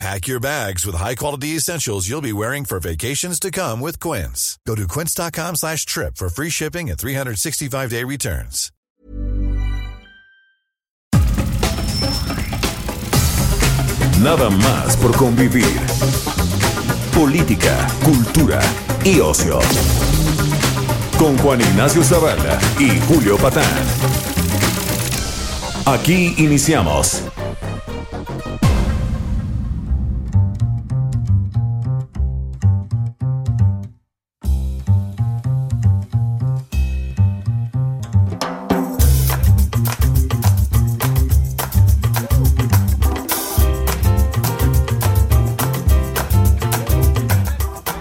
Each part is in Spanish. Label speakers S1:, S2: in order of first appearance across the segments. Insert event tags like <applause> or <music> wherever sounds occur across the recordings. S1: Pack your bags with high-quality essentials you'll be wearing for vacations to come with Quince. Go to quince.com slash trip for free shipping and 365-day returns.
S2: Nada más por convivir. Política, cultura y ocio. Con Juan Ignacio Zavala y Julio Patán. Aquí iniciamos.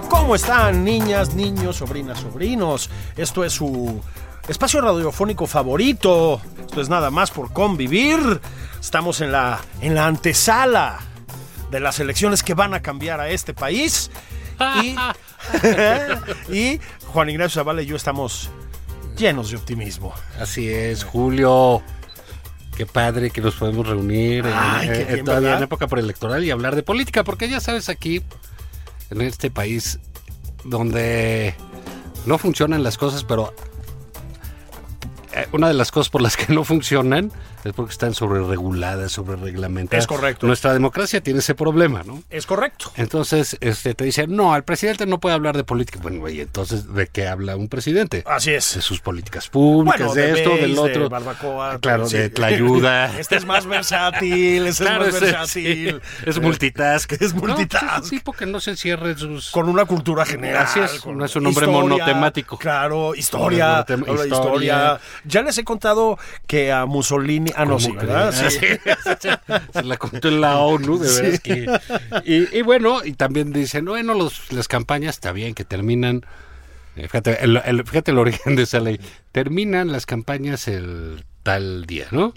S3: ¿Cómo están, niñas, niños, sobrinas, sobrinos? Esto es su espacio radiofónico favorito. Esto es nada más por convivir. Estamos en la, en la antesala de las elecciones que van a cambiar a este país. Y, <laughs> y Juan Ignacio Zavala y yo estamos llenos de optimismo.
S4: Así es, Julio. Qué padre que nos podemos reunir en-
S3: Ay, qué
S4: en,
S3: bien,
S4: todavía
S3: ¿verdad?
S4: en época preelectoral y hablar de política, porque ya sabes aquí, en este país, donde no funcionan las cosas, pero eh, una de las cosas por las que <laughs> no funcionan es porque están sobrereguladas, sobrereglamentadas.
S3: Es correcto.
S4: Nuestra democracia tiene ese problema, ¿no?
S3: Es correcto.
S4: Entonces, este, te dicen, no, el presidente no puede hablar de política. Bueno, güey, entonces, ¿de qué habla un presidente?
S3: Así
S4: de
S3: es.
S4: sus políticas públicas,
S3: Bueno,
S4: de,
S3: de
S4: esto,
S3: Bates,
S4: del
S3: de
S4: otro. Ah,
S3: barbacoa,
S4: claro,
S3: sí.
S4: de la
S3: <laughs>
S4: ayuda.
S3: Este es más versátil, este
S4: Claro,
S3: es más
S4: ese-
S3: versátil.
S4: sí, <laughs> es
S3: <laughs>
S4: multitask.
S3: Es
S4: No, pues,
S3: multitask.
S4: es un tipo que no se cierre en sus.
S3: con una cultura general.
S4: Así es,
S3: con
S4: no es un hombre monotemático.
S3: Claro, historia,
S4: Monotem-
S3: habla de historia.
S4: historia.
S3: Ya les he contado que a Mussolini, ah no,
S4: ¿Cómo
S3: sí,
S4: crees?
S3: ¿verdad? Sí.
S4: <laughs> se la contó en la ONU, de veras que- Y, y bueno, y también dicen, bueno, los, las campañas está bien que terminan. eh, Fíjate el, el- fíjate el origen de esa ley. Terminan las campañas el tal día, ¿no?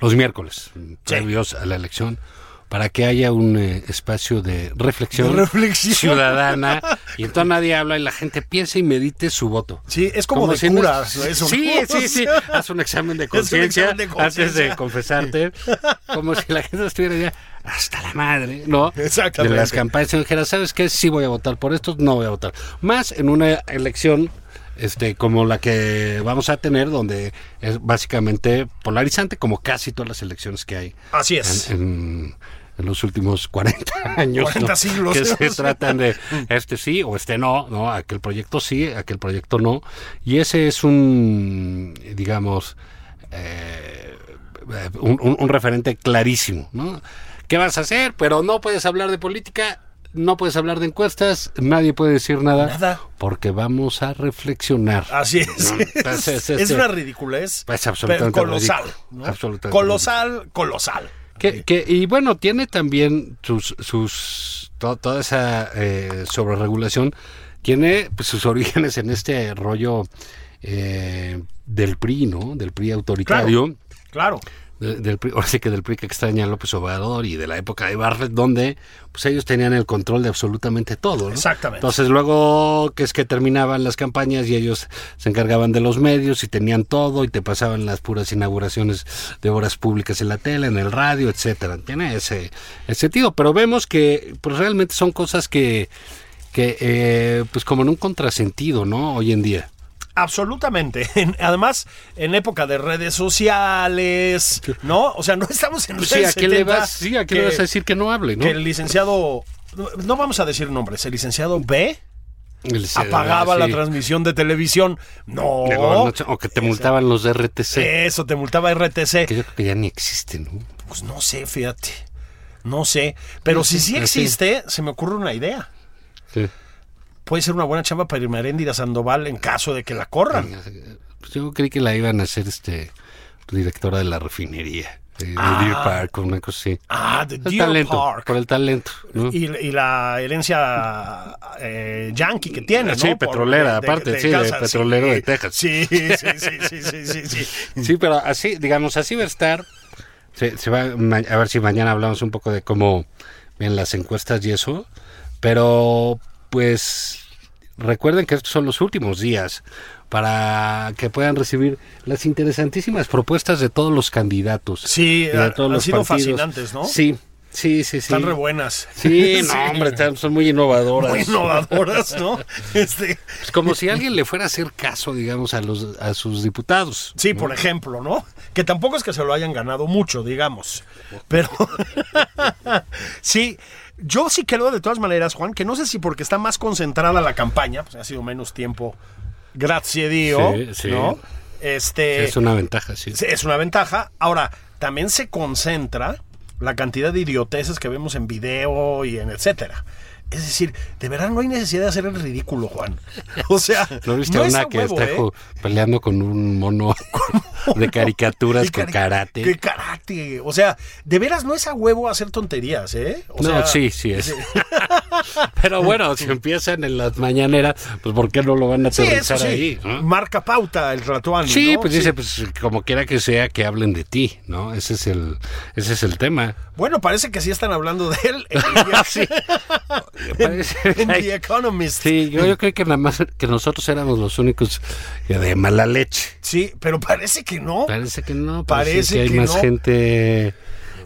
S4: Los miércoles, previos a la elección, para que haya un eh, espacio de reflexión,
S3: De reflexión. <laughs>
S4: ciudadana. Y entonces nadie habla y la gente piensa y medite su voto.
S3: Sí, es como de
S4: si no-
S3: curas. eso,
S4: Sí,
S3: ¿no? <laughs>
S4: sí, sí. Haz un examen de
S3: un
S4: conciencia
S3: examen de conciencia.
S4: antes de confesarte. Como si la gente estuviera ya hasta la madre, ¿no?
S3: Exactamente.
S4: De las campañas y dijera, ¿sabes qué? Sí voy a votar por estos, no voy a votar. Más en una elección este, como la que vamos a tener, donde es básicamente polarizante, como casi todas las elecciones que hay
S3: Así
S4: en,
S3: es.
S4: en- en los últimos 40 <laughs> años.
S3: 40 siglos.
S4: Que se tratan de este sí o este no, ¿no? Aquel proyecto sí, aquel proyecto no. Y ese es un, digamos, eh, un, un- un referente clarísimo, ¿no? ¿Qué vas a hacer? Pero no puedes hablar de política. No puedes hablar de encuestas, nadie puede decir nada,
S3: Nada.
S4: porque vamos a reflexionar.
S3: Así es.
S4: Entonces,
S3: <laughs> es,
S4: este-
S3: una ridiculez.
S4: Es absolutamente
S3: pero colosal.
S4: ridículo.
S3: ¿no?
S4: Absolutamente
S3: Colosal, colosal.
S4: Que, que- y bueno, tiene también sus, sus to- toda esa eh, sobreregulación, tiene pues, sus <laughs> orígenes en este rollo eh, del PRI, ¿no? Del PRI autoritario.
S3: Claro.
S4: de- del PRI, ahora sí que del PRI que extraña a López Obrador y de la época de Bartlett, donde pues ellos tenían el control de absolutamente todo. ¿no?
S3: Exactamente.
S4: Entonces luego que es que terminaban las campañas y ellos se encargaban de los medios y tenían todo y te pasaban las puras inauguraciones de obras públicas en la tele, en el radio, etcétera. Tiene ese, ese sentido, pero vemos que pues realmente son cosas que que eh, pues como en un contrasentido, ¿no? Hoy en día.
S3: Absolutamente. <laughs> En- además, en época de redes sociales, ¿no? O sea, no estamos en
S4: Pues sí,
S3: redes
S4: ¿a qué le
S3: 70
S4: vas, sí, ¿a qué le
S3: que-
S4: vas a decir que no hable, no?
S3: que el licenciado, no- no vamos a decir nombres, el licenciado B
S4: El-
S3: apagaba
S4: sí.
S3: la transmisión de televisión. No.
S4: De gobernación, o que te multaban los de RTC.
S3: Eso, te multaba RTC.
S4: Que yo creo que ya ni existen, ¿no?
S3: Pues no sé, fíjate. No sé. Pero si sí
S4: así.
S3: existe, se me ocurre una idea. Puede ser una buena chamba para Irmeréndira Sandoval en caso de que la corran.
S4: Pues yo creí que la iban a hacer este directora de la refinería. de, de Deer Park, una cosa así.
S3: Ah, The
S4: El
S3: Ah. Deer
S4: talento,
S3: Park.
S4: por el talento. ¿no?
S3: Y, y la herencia eh, yankee que tiene, ¿no?
S4: Sí,
S3: Por-
S4: petrolera, aparte, sí, de
S3: Kansas,
S4: petrolero de Texas.
S3: Sí, sí, sí, sí, sí, sí, sí.
S4: Sí, pero así, digamos, así va a estar. Se, se va, ma- a ver si mañana hablamos un poco de cómo ven las encuestas y eso. Pero, pues, recuerden que estos son los últimos días para que puedan recibir las interesantísimas propuestas de todos los candidatos.
S3: Sí,
S4: y
S3: han sido fascinantes, ¿no?
S4: Sí, sí, sí, sí.
S3: Están re buenas.
S4: Sí,
S3: <laughs>
S4: no, hombre, están- son muy innovadoras.
S3: Muy innovadoras, ¿no? <laughs> Este,
S4: Es como si alguien le fuera a hacer caso, digamos, a, los, a sus diputados.
S3: sí, por ejemplo, ¿no? Que tampoco es que se lo hayan ganado mucho, digamos. Pero <laughs> sí, yo sí creo de todas maneras, Juan, que no sé si porque está más concentrada la campaña, pues ha sido menos tiempo. Gracias, Dio,
S4: Sí, sí.
S3: ¿no? Este
S4: es una ventaja, sí.
S3: Sí, Es una ventaja. Ahora, también se concentra la cantidad de idioteces que vemos en video y en etcétera. Es decir, de verdad no hay necesidad de hacer el ridículo, Juan. O sea,
S4: <laughs> ¿No viste
S3: no es
S4: una
S3: a
S4: que
S3: huevo,
S4: está
S3: ¿eh?
S4: jo- peleando con un mono <laughs> de
S3: <laughs>
S4: caricaturas
S3: Y
S4: con
S3: cari-
S4: karate?
S3: Que karate. O sea, de veras no es a huevo hacer tonterías, ¿eh? O
S4: no,
S3: sea,
S4: sí, sí
S3: <laughs>
S4: es. <laughs> <laughs> Pero bueno, si empiezan en las mañaneras, pues ¿por qué no lo van a
S3: Sí, eso
S4: aterrizar
S3: sí.
S4: ahí? no?
S3: Marca pauta el ratuán.
S4: Sí, pues dice, pues como quiera que sea, que hablen de ti, ¿no? Ese es el, ese es el tema.
S3: Bueno, parece que sí están hablando de
S4: <laughs>
S3: él en, The-
S4: Sí. Parece que
S3: en
S4: hay-
S3: The Economist.
S4: Sí, yo, yo creo que nada más que nosotros éramos los únicos de mala leche.
S3: Sí, pero parece que no.
S4: Parece que no, parece,
S3: Parece
S4: que hay
S3: que
S4: más
S3: no.
S4: gente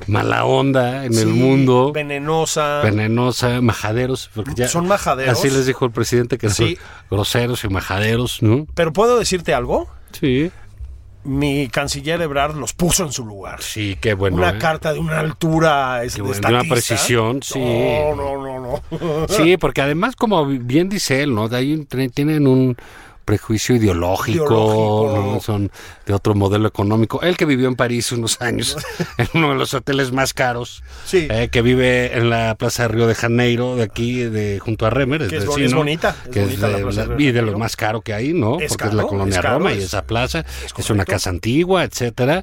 S4: mala onda en el
S3: Sí,
S4: mundo.
S3: Venenosa.
S4: venenosa, majaderos. Porque ya,
S3: Son majaderos.
S4: Así les dijo el presidente que
S3: Sí.
S4: son groseros y majaderos, ¿no?
S3: Pero puedo decirte algo.
S4: Sí.
S3: Mi canciller Ebrard los puso en su lugar.
S4: Sí, qué bueno.
S3: una
S4: ¿eh?
S3: carta de una altura es,
S4: Qué
S3: de
S4: bueno, de una
S3: estatista.
S4: precisión, sí.
S3: No, no, no, no. <laughs>
S4: Sí, porque además, como bien dice él, ¿no? De ahí tre- tienen un prejuicio ideológico,
S3: Ideológico.
S4: ¿no? son de otro modelo económico. Él que vivió en París
S3: <laughs>
S4: unos años, en uno de los hoteles más caros,
S3: Sí.
S4: eh, que vive en la Plaza de Río de Janeiro, de aquí, de junto a Remer,
S3: Que es
S4: decir,
S3: boni- es
S4: ¿no?
S3: bonita, es
S4: que
S3: bonita la
S4: de-
S3: Plaza de Río de
S4: y de los
S3: Janeiro.
S4: más caro que hay, ¿no?
S3: Es
S4: porque
S3: caro,
S4: es la colonia
S3: es caro,
S4: Roma y
S3: es-
S4: esa plaza es, una
S3: correcto.
S4: casa antigua, etcétera.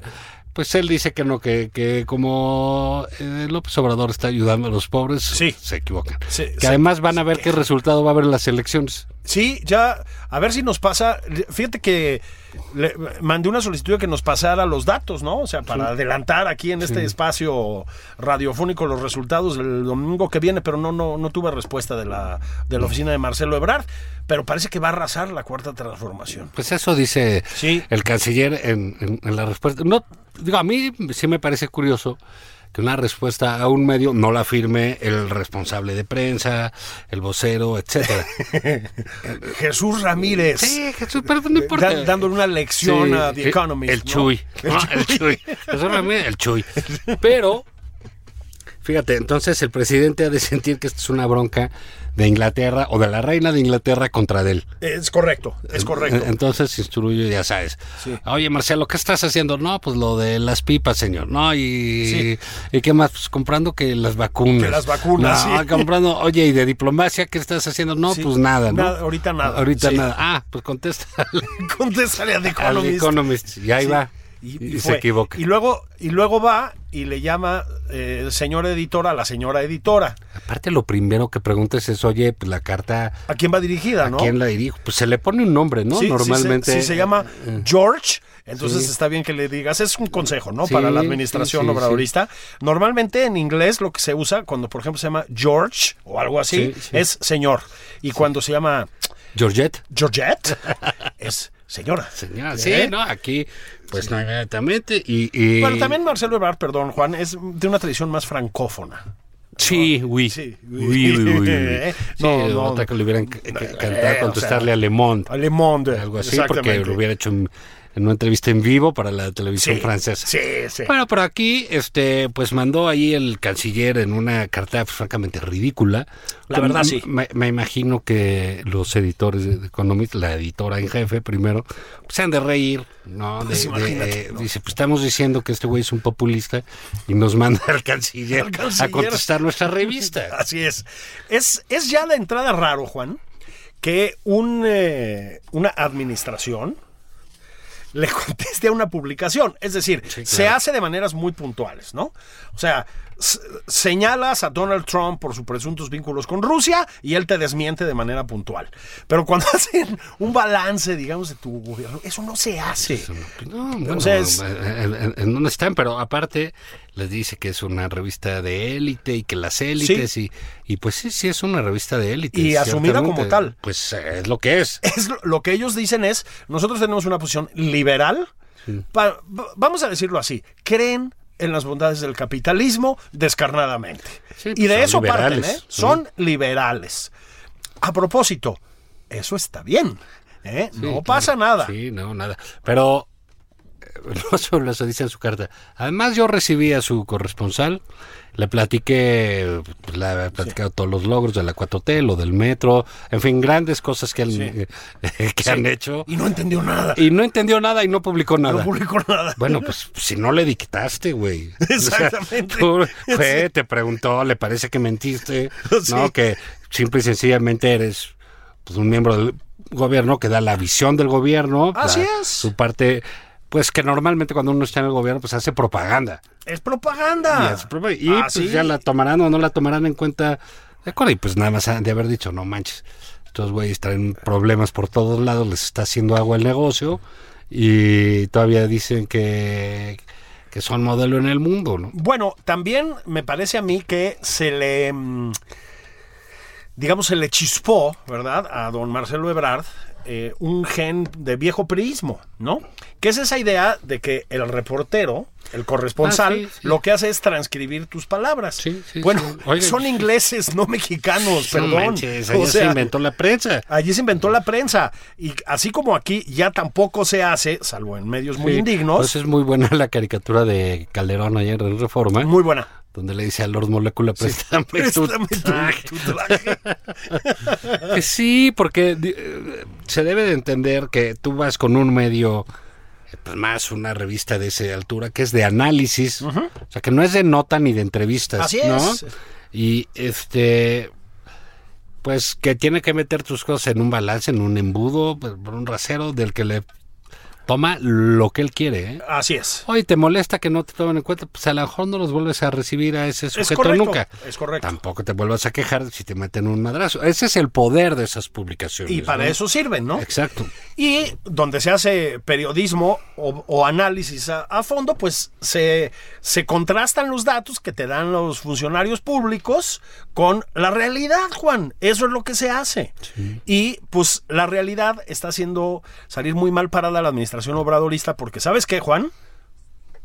S4: Pues él dice que no, que, que como eh, López Obrador está ayudando a los pobres,
S3: Sí.
S4: se equivocan.
S3: Sí,
S4: que
S3: sí.
S4: además van a ver qué resultado va a haber en las elecciones.
S3: Sí, ya, a ver si nos pasa. Fíjate que le- mandé una solicitud de que nos pasara los datos, ¿no? O sea, para adelantar aquí en este espacio radiofónico los resultados del domingo que viene, pero no, no, no tuve respuesta de la, de la oficina de Marcelo Ebrard. Pero parece que va a arrasar la cuarta transformación.
S4: Pues eso dice
S3: Sí.
S4: el canciller en, en- en la respuesta. No, digo, a mí sí me parece curioso que una respuesta a un medio no la firme el responsable de prensa, el
S3: <laughs>
S4: vocero, etcétera.
S3: Jesús Ramírez.
S4: Eh, Sí, Jesús, pero no importa.
S3: Dan- dándole una lección
S4: Sí,
S3: a The
S4: el-
S3: Economist.
S4: El
S3: ¿no?
S4: Chuy. ¿no? El Chuy. Eso no es
S3: <laughs>
S4: el Chuy. Pero, fíjate, entonces el presidente ha de sentir que esto es una bronca de Inglaterra o de la reina de Inglaterra contra de él.
S3: Es correcto, es correcto. <laughs>
S4: En- E-, Entonces instruye, ya sabes.
S3: Sí.
S4: Oye, Marcelo, ¿qué estás haciendo? No, pues lo de las pipas, señor. No, y,
S3: Sí.
S4: ¿y qué más? Pues comprando que las vacunas.
S3: Que las vacunas,
S4: No,
S3: sí.
S4: <laughs> comprando, oye, ¿y de diplomacia qué estás haciendo? No,
S3: Sí.
S4: pues nada, ¿no?
S3: Nada, ahorita nada,
S4: Ahorita
S3: sí.
S4: nada. Ah, pues <laughs> contéstale
S3: Contéstale a The
S4: al
S3: Economist.
S4: Economist. Y ahí
S3: Sí.
S4: va.
S3: Y-
S4: Y,
S3: y
S4: se
S3: fue.
S4: equivoca.
S3: Y luego, y luego va y le llama eh, señor editora a la señora editora.
S4: Aparte, lo primero que preguntas es, oye, pues la carta,
S3: ¿A quién va dirigida,
S4: ¿a
S3: no?
S4: quién la dirijo? Pues se le pone un nombre, ¿no?
S3: Sí, sí,
S4: Normalmente. eh,
S3: se- Si se, llama George, entonces
S4: Sí.
S3: está bien que le digas. Es un consejo, ¿no?
S4: Sí,
S3: Para la
S4: sí,
S3: administración
S4: sí, sí.
S3: obradorista. Normalmente en inglés lo que se usa cuando, por ejemplo, se llama George o algo así,
S4: Sí, sí.
S3: es señor. Y cuando se llama
S4: Georgette. <laughs>
S3: Georgette, es señora.
S4: Señora,
S3: ¿Eh?
S4: sí, ¿no? Aquí, pues no inmediatamente. Y, y-
S3: Bueno, también Marcelo Ebrard, perdón, Juan, es de una tradición más francófona.
S4: Sí, oui.
S3: Sí,
S4: Oui,
S3: oui.
S4: oui,
S3: <laughs>
S4: oui, oui.
S3: Eh,
S4: Sí,
S3: no, no.
S4: otra que le hubieran que- que
S3: Eh, o
S4: cantar,
S3: sea,
S4: contestarle a Le Monde,
S3: Le Monde.
S4: algo así, porque lo hubiera hecho en, en una entrevista en vivo para la televisión
S3: Sí,
S4: francesa.
S3: Sí, sí. <laughs>
S4: Bueno, pero aquí, este, pues mandó ahí el canciller en una carta pues, francamente ridícula.
S3: La
S4: Que
S3: verdad,
S4: m-
S3: sí.
S4: Me, me imagino que los editores de Economist, la editora en jefe primero, pues se han de reír, ¿no? De-
S3: Pues,
S4: de-
S3: imagínate, ¿no?
S4: Dice, pues estamos diciendo que este güey es un populista y nos manda al canciller,
S3: Al canciller.
S4: a contestar nuestra
S3: <laughs>
S4: revista.
S3: Así es. es. Es ya la entrada raro, Juan, que un, eh, una administración le <laughs> conteste a una publicación. Es decir,
S4: Sí,
S3: se
S4: claro.
S3: hace de maneras muy puntuales, ¿no? O sea, s- señalas a Donald Trump por sus presuntos vínculos con Rusia y él te desmiente de manera puntual. Pero cuando <laughs> hacen un balance, digamos, de tu gobierno, eso no se hace.
S4: No, bueno,
S3: Entonces-
S4: en, en- en dónde están, pero aparte les dice que es una revista de élite y que las élites y, y pues sí, sí es una revista de élite.
S3: Y asumida como
S4: ciertamente.
S3: tal.
S4: Pues eh, es lo que es.
S3: es lo- lo que ellos dicen es, nosotros tenemos una posición liberal, pa- va- vamos a decirlo así, creen en las bondades del capitalismo descarnadamente.
S4: Sí,
S3: y
S4: pues,
S3: de
S4: son
S3: eso parten,
S4: liberales.
S3: ¿eh? son liberales. A propósito, eso está bien, ¿eh? no
S4: Sí,
S3: pasa
S4: claro.
S3: nada.
S4: Sí, no, nada. Pero eh, <laughs> no solo eso dice en su carta. Además, yo recibí a su corresponsal, le platiqué, eh, pues, le había platicado todos los logros de la 4T, lo del metro, en fin, grandes cosas que, han- eh, <laughs> que han hecho.
S3: Y no entendió nada,
S4: Y no entendió nada y no publicó nada.
S3: no publicó nada.
S4: Bueno, pues si no le
S3: <laughs>
S4: dictaste, güey.
S3: Exactamente.
S4: O sea, tú fue, te preguntó, le parece que mentiste.
S3: <laughs> Sí.
S4: No, que simple y sencillamente eres pues, un miembro del gobierno que da la visión del gobierno.
S3: Así
S4: da
S3: es.
S4: Su parte, pues que normalmente cuando uno está en el gobierno, pues hace propaganda.
S3: Es
S4: Y,
S3: propaganda.
S4: hace propa- y,
S3: Ah,
S4: pues
S3: sí.
S4: ya la tomarán o no la tomarán en cuenta. De acuerdo, y pues nada más han de haber dicho, no manches. Estos güeyes traen problemas por todos lados, les está haciendo agua el negocio y todavía dicen que, que son modelo en el mundo, ¿no?
S3: Bueno, también me parece a mí que se le, mm, digamos, se le chispó, ¿verdad? A don Marcelo Ebrard eh, un gen de viejo priismo, ¿no? Que es esa idea de que el reportero, el corresponsal,
S4: Ah, sí, sí.
S3: lo que hace es transcribir tus palabras.
S4: Sí, sí,
S3: bueno,
S4: sí. Oiga,
S3: son
S4: sí.
S3: ingleses, no mexicanos,
S4: No
S3: Pues, perdón.
S4: manches, allá
S3: O
S4: se
S3: sea,
S4: inventó la prensa.
S3: Allí se inventó la prensa y así como aquí ya tampoco se hace, salvo en medios muy
S4: Sí,
S3: indignos,
S4: Pues es muy buena la caricatura de Calderón ayer en Reforma,
S3: muy buena.
S4: donde le dice a Lord Molecula, préstame tu
S3: Préstame tu-
S4: traje".
S3: tu traje.
S4: Que sí, porque di- eh, se debe de entender que tú vas con un medio, eh, pues más una revista de esa altura, que es de análisis, o sea, que no es de nota ni de entrevistas,
S3: Así
S4: ¿no?
S3: es.
S4: Y este, pues que tiene que meter tus cosas en un balance, en un embudo, pues, por un rasero del que le toma lo que él quiere, ¿eh?
S3: Así es.
S4: Oye, ¿te molesta que no te tomen en cuenta? Pues a lo mejor no los vuelves a recibir a ese sujeto
S3: correcto,
S4: nunca.
S3: es correcto.
S4: Tampoco te vuelvas a quejar si te meten un madrazo. Ese es el poder de esas publicaciones.
S3: Y para
S4: ¿no?
S3: eso sirven, ¿no? <laughs>
S4: Exacto.
S3: Y donde se hace periodismo o, o análisis a, a fondo, pues se, se contrastan los datos que te dan los funcionarios públicos con la realidad, Juan. Eso es lo que se hace. Y pues la realidad está haciendo salir muy mal parada la administración obradorista porque, ¿sabes qué, Juan?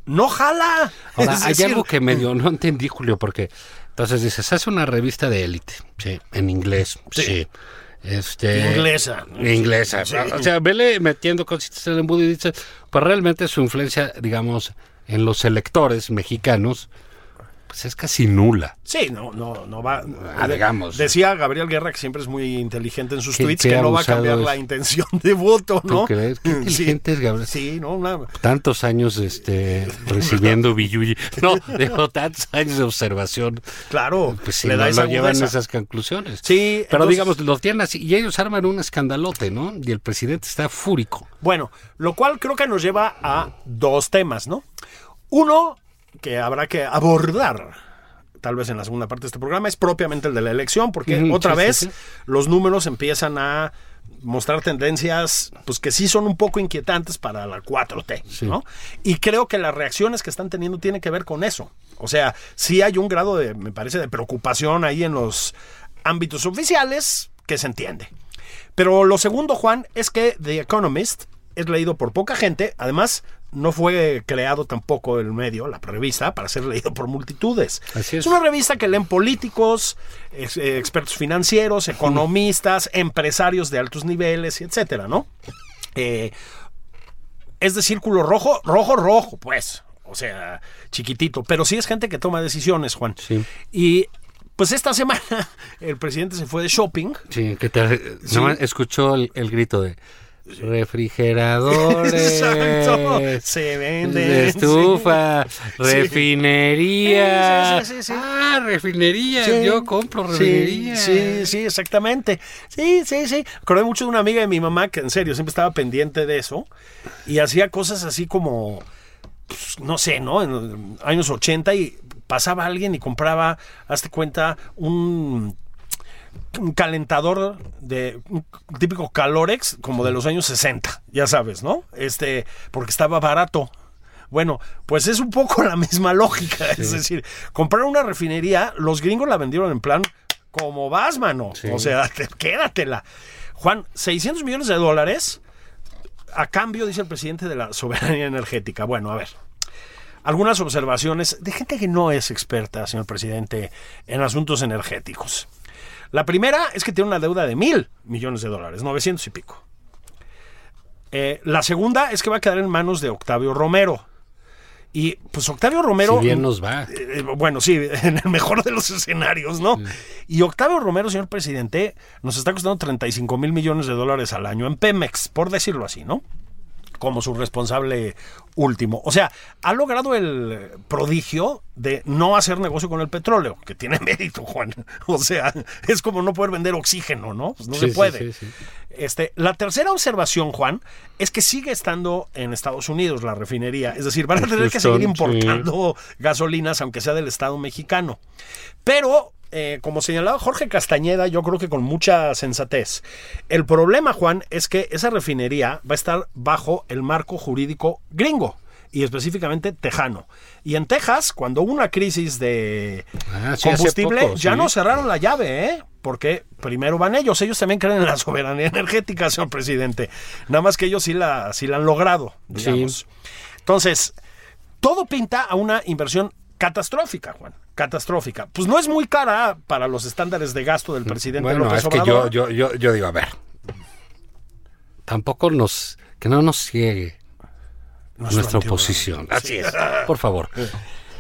S3: No jala.
S4: Ahora,
S3: Es
S4: hay
S3: decir, mm.
S4: algo que medio no entendí, Julio, porque entonces dices, hace una revista de élite, sí, en inglés, sí. Este,
S3: Inglesa.
S4: Inglesa.
S3: Sí.
S4: O sea, vele metiendo cositas en el embudo y dices, pues realmente su influencia, digamos, en los electores mexicanos, pues es casi nula.
S3: Sí, no, no, no va. eh,
S4: Ah, digamos.
S3: Decía Gabriel Guerra que siempre es muy inteligente en sus
S4: Qué-
S3: tweets,
S4: qué
S3: que no va a
S4: abusado
S3: cambiar
S4: es.
S3: la intención de voto,
S4: ¿Tú
S3: ¿no? Mm,
S4: crees? Qué
S3: Sí.
S4: inteligente es Gabriel.
S3: Sí, no, una-
S4: Tantos años este,
S3: <laughs>
S4: recibiendo billuyi. No, digo, tantos años de observación.
S3: claro,
S4: Pues si
S3: le
S4: no
S3: da esa
S4: lo llevan
S3: agudeza.
S4: esas conclusiones.
S3: Sí,
S4: Pero
S3: entonces-
S4: digamos, lo tienen así. Y ellos arman un escandalote, ¿no? Y el presidente está fúrico.
S3: Bueno, lo cual creo que nos lleva a dos temas, ¿no? Uno que habrá que abordar, tal vez en la segunda parte de este programa, es propiamente el de la elección, porque
S4: Ujú,
S3: otra
S4: sí, sí,
S3: vez
S4: sí.
S3: los números empiezan a mostrar tendencias pues que sí son un poco inquietantes para la 4T, ¿no? Y creo que las reacciones que están teniendo tienen que ver con eso. O sea, sí hay un grado de, me parece, de preocupación ahí en los ámbitos oficiales que se entiende. Pero lo segundo, Juan, es que The Economist es leído por poca gente. Además, no fue creado tampoco el medio, la revista, para ser leído por multitudes.
S4: Así es.
S3: una revista que leen políticos, ex- eh, expertos financieros, economistas, empresarios de altos niveles, y etcétera, ¿no? Eh, es de círculo rojo, rojo, rojo, pues. O sea, chiquitito. Pero sí es gente que toma decisiones, Juan.
S4: Sí.
S3: Y pues esta semana <laughs> el presidente se fue de shopping.
S4: Sí, que te, nomás escuchó el, el grito de refrigeradores,
S3: <laughs> Exacto. Se venden.
S4: estufa,
S3: Sí.
S4: refinería.
S3: Sí, sí, sí, sí, sí.
S4: Ah, refinería.
S3: Sí.
S4: Yo compro
S3: Sí,
S4: refinería.
S3: sí, sí, exactamente. Sí, sí, sí. Acordé mucho de una amiga de mi mamá que en serio siempre estaba pendiente de eso y hacía cosas así como, pues, no sé, ¿no? En los años 80 y pasaba alguien y compraba, hazte cuenta, un, un calentador de un típico Calorex como de los años 60, ya sabes, ¿no? Este, porque estaba barato. Bueno, pues es un poco la misma lógica. Es decir, comprar una refinería, los gringos la vendieron en plan, como vas, mano. O sea, te- quédatela. Juan, 600 millones de dólares a cambio, dice el presidente, de la soberanía energética. Bueno, a ver. Algunas observaciones de gente que no es experta, señor presidente, en asuntos energéticos. La primera es que tiene una deuda de mil millones de dólares, 900 y pico. Eh, la segunda es que va a quedar en manos de Octavio Romero. Y pues Octavio Romero...
S4: Si bien nos va.
S3: Eh, eh, bueno, sí, <laughs> en el mejor de los escenarios, ¿no? Y Octavio Romero, señor presidente, nos está costando 35 mil millones de dólares al año en Pemex, por decirlo así, ¿no? Como su responsable último. O sea, ha logrado el prodigio de no hacer negocio con el petróleo, que tiene <laughs> mérito, Juan. O sea, es como no poder vender oxígeno, ¿no? Pues no
S4: Sí,
S3: se
S4: sí,
S3: puede.
S4: sí, sí.
S3: Este, la tercera observación, Juan, es que sigue estando en Estados Unidos la refinería. Es decir, van
S4: <laughs>
S3: a tener que seguir
S4: Houston, sí.
S3: importando gasolinas, aunque sea del Estado mexicano. Pero, eh, como señalaba Jorge Castañeda, yo creo que con mucha sensatez. El problema, Juan, es que esa refinería va a estar bajo el marco jurídico gringo. Y específicamente tejano. Y en Texas, cuando hubo una crisis de
S4: Ah, sí, hace
S3: combustible,
S4: poco,
S3: ya
S4: sí.
S3: no cerraron la llave, ¿eh? Porque primero van ellos, ellos también creen en la <laughs> soberanía energética, señor presidente. Nada más que ellos sí la, sí la han logrado, digamos. Entonces, todo pinta a una inversión catastrófica, Juan. Catastrófica. Pues no es muy cara para los estándares de gasto del presidente
S4: Bueno,
S3: López
S4: es que yo,
S3: Obrador.
S4: yo, yo, yo digo, a ver, tampoco nos, que no nos ciegue
S3: Nuestro
S4: nuestra
S3: antiguo-
S4: oposición. Así es, por favor.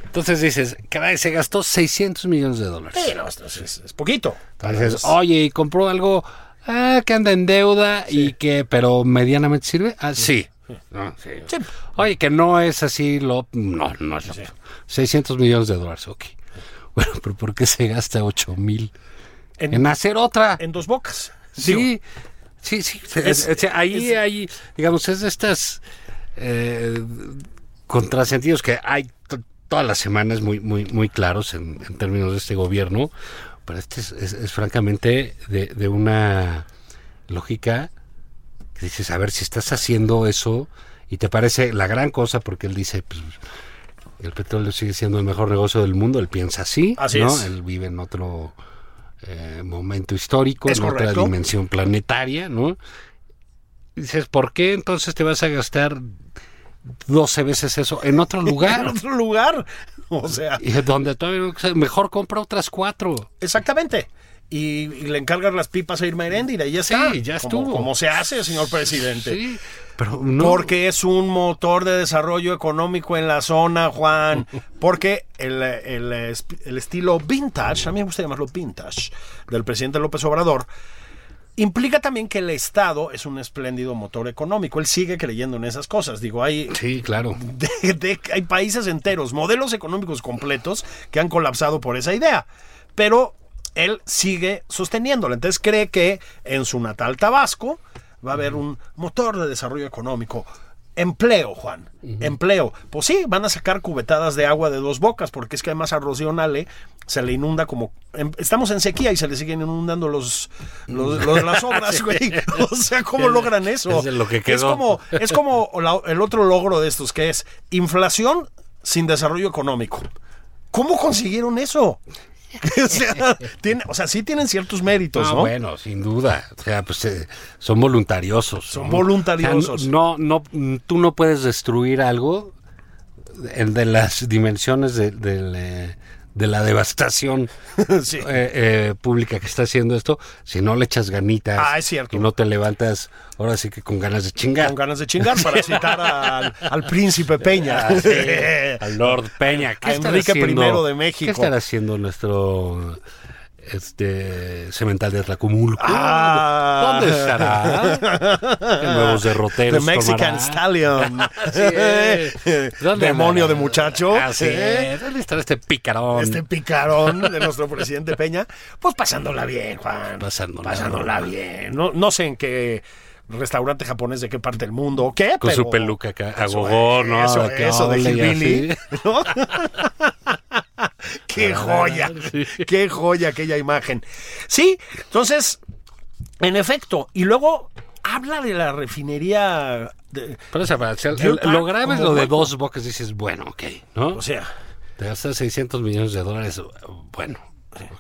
S4: Entonces dices, caray, se gastó 600 millones de dólares.
S3: Sí, no, esto pues, es- es, es poquito. pues,
S4: Entonces, oye, y compró algo ah, que anda en deuda y que, pero medianamente sirve. Ah, sí. No, sí.
S3: Sí.
S4: Oye, que no es así lo... No, no es lo... 600 millones de dólares, ok. <laughs> Bueno, pero ¿por qué se gasta 8 mil?
S3: En-
S4: En hacer otra.
S3: En dos bocas. Digo,
S4: Sí, sí, sí.
S3: Es-
S4: O sea, ahí,
S3: es-
S4: ahí, digamos, es de estas eh, contrasentidos que hay to- todas las semanas muy, muy, muy claros en, en términos de este gobierno, pero este es, es- es francamente de, de una lógica que dices, a ver, si estás haciendo eso y te parece la gran cosa, porque él dice, pues, el petróleo sigue siendo el mejor negocio del mundo, él piensa así,
S3: Así
S4: ¿no?
S3: es.
S4: Él vive en otro eh, momento histórico,
S3: Es
S4: en otra
S3: correcto.
S4: dimensión planetaria, ¿no? Dices, ¿por qué entonces te vas a gastar 12 veces eso en
S3: <laughs>
S4: otro
S3: En
S4: lugar?
S3: otro lugar. O sea.
S4: Y donde todavía no sé, mejor compra otras cuatro.
S3: Exactamente. Y, y le encargas las pipas a Irma Heréndira y ya
S4: Sí,
S3: está.
S4: ya
S3: Como-
S4: estuvo.
S3: Como, se hace, señor presidente.
S4: Sí, pero no.
S3: Porque es un motor de desarrollo económico en la zona, Juan. Porque el, eh, el, eh, esp- el estilo vintage, a mí me gusta llamarlo vintage, del presidente López Obrador, implica también que el Estado es un espléndido motor económico. Él sigue creyendo en esas cosas. Digo, hay,
S4: Sí, claro.
S3: de- de- hay países enteros, modelos económicos completos que han colapsado por esa idea. Pero él sigue sosteniéndola. Entonces cree que en su natal Tabasco va a haber un motor de desarrollo económico. Empleo, Juan. Empleo. Pues sí, van a sacar cubetadas de agua de dos bocas, porque es que además a Rocío Nale se le inunda como. em- estamos en sequía y se le siguen inundando los, los- los-
S4: <laughs>
S3: las obras, güey. O sea, ¿cómo logran eso?
S4: es de lo que quedó.
S3: Es como, es como la- el otro logro de estos, que es inflación sin desarrollo económico. ¿Cómo consiguieron eso? <laughs> o, sea, tiene- o sea, sí tienen ciertos méritos,
S4: Ah,
S3: Pues ¿no?
S4: bueno, sin duda. O sea, pues eh, son voluntariosos.
S3: Son
S4: ¿no?
S3: voluntariosos.
S4: O sea, no, no, mm, tú no puedes destruir algo de, de las dimensiones de, del, eh, de la
S3: <laughs>
S4: devastación
S3: Sí.
S4: eh, eh, pública que está haciendo esto si no le echas ganitas
S3: Ah, es cierto.
S4: y no te levantas ahora sí que con ganas de chingar.
S3: Con ganas de chingar para citar al, al príncipe Peña. <laughs>
S4: Ah, sí, al Lord Peña.
S3: A
S4: estará
S3: Enrique
S4: haciendo-
S3: primero de México.
S4: ¿Qué estará haciendo nuestro este cemental de Atlacomulco.
S3: Ah. <laughs>
S4: ¿Dónde estará? ¿Qué nuevos
S3: The
S4: derroteros.
S3: Mexican
S4: tomará?
S3: Stallion. <laughs>
S4: ¿Dónde
S3: Demonio de
S4: andará?
S3: muchacho.
S4: Así
S3: ¿eh?
S4: es. ¿Dónde estará este picarón?
S3: Este picarón de nuestro presidente Peña. Pues pasándola bien, Juan.
S4: Pasándola.
S3: Pasándola bien. No, no sé en qué restaurante japonés de qué parte del mundo o qué,
S4: Con
S3: pero-
S4: su peluca acá, a
S3: Eso,
S4: gogó, ¿no?
S3: Eso,
S4: Acá,
S3: eso de
S4: ole, y
S3: Hillbilly.
S4: así.
S3: ¿no? <laughs> qué
S4: <laughs>
S3: joya, qué joya aquella imagen. Sí, entonces, en efecto, y luego habla de la refinería, de-
S4: Pero esa, o sea, el-
S3: Deer Park
S4: lo grave es
S3: como
S4: lo de
S3: hueco.
S4: dos bocas, dices, bueno, ok, ¿no?
S3: o sea,
S4: Te gastas 600 millones de dólares, bueno.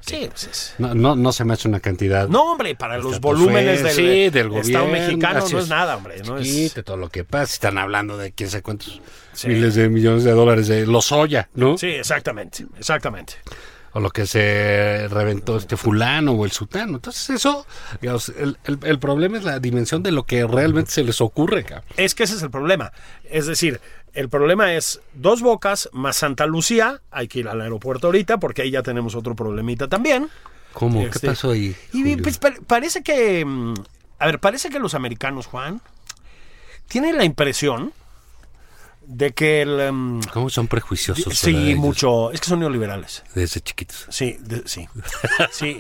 S3: sí, pues es-
S4: No, no, no se me hace una cantidad.
S3: No, hombre, para los
S4: Pues
S3: volúmenes
S4: fue,
S3: del,
S4: sí, del
S3: Estado
S4: gobierno,
S3: mexicano
S4: así
S3: no es nada, hombre. No es,
S4: Chiquito, todo lo que pasa. Están hablando de quién sabe cuántos
S3: Sí.
S4: miles de millones de dólares de Lozoya, ¿no?
S3: sí, exactamente, exactamente.
S4: O lo que se reventó este fulano o el sultano. Entonces eso, digamos, el, el- el problema es la dimensión de lo que realmente se les ocurre, cabrón.
S3: Es que ese es el problema. Es decir, el problema es Dos Bocas más Santa Lucía. Hay que ir al aeropuerto ahorita porque ahí ya tenemos otro problemita también.
S4: ¿Cómo? Oh, ¿Qué
S3: Este,
S4: pasó ahí?
S3: Y
S4: Julio?
S3: pues, pa- parece que... mm, A ver, parece que los americanos, Juan, tienen la impresión de que el... mm,
S4: ¿Cómo son prejuiciosos? ¿verdad?
S3: sí,
S4: Ellos
S3: mucho... Es que son neoliberales.
S4: Desde chiquitos.
S3: Sí, de-
S4: <laughs>
S3: sí. Sí.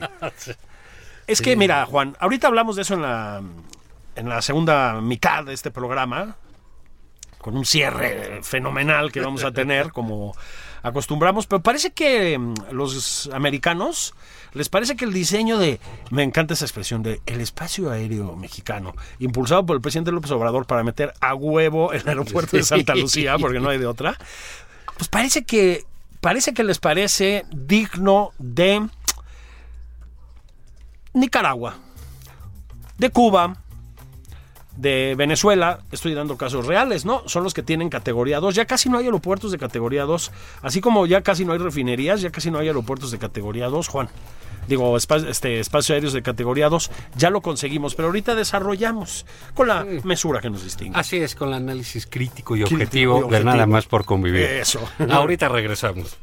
S3: Es que, mira, Juan, ahorita hablamos de eso en la, en la segunda mitad de este programa, con un cierre fenomenal que vamos a tener, como acostumbramos, pero parece que mm, los americanos les parece que el diseño de, me encanta esa expresión, de el espacio aéreo mexicano, impulsado por el presidente López Obrador para meter a huevo el aeropuerto de Santa Lucía, porque no hay de otra, pues parece que parece que les parece digno de Nicaragua, de Cuba, de Venezuela, estoy dando casos reales, ¿no? Son los que tienen categoría 2. Ya casi no hay aeropuertos de categoría 2. Así como ya casi no hay refinerías, ya casi no hay aeropuertos de categoría 2, Juan. Digo, espa- este, espacios aéreos de categoría 2, ya lo conseguimos, pero ahorita desarrollamos con la mesura que nos distingue.
S4: Así es, con el análisis crítico y
S3: Crítico y
S4: objetivo, de
S3: objetivo. Eh.
S4: nada más por convivir.
S3: Eso.
S4: <laughs> Ahorita regresamos.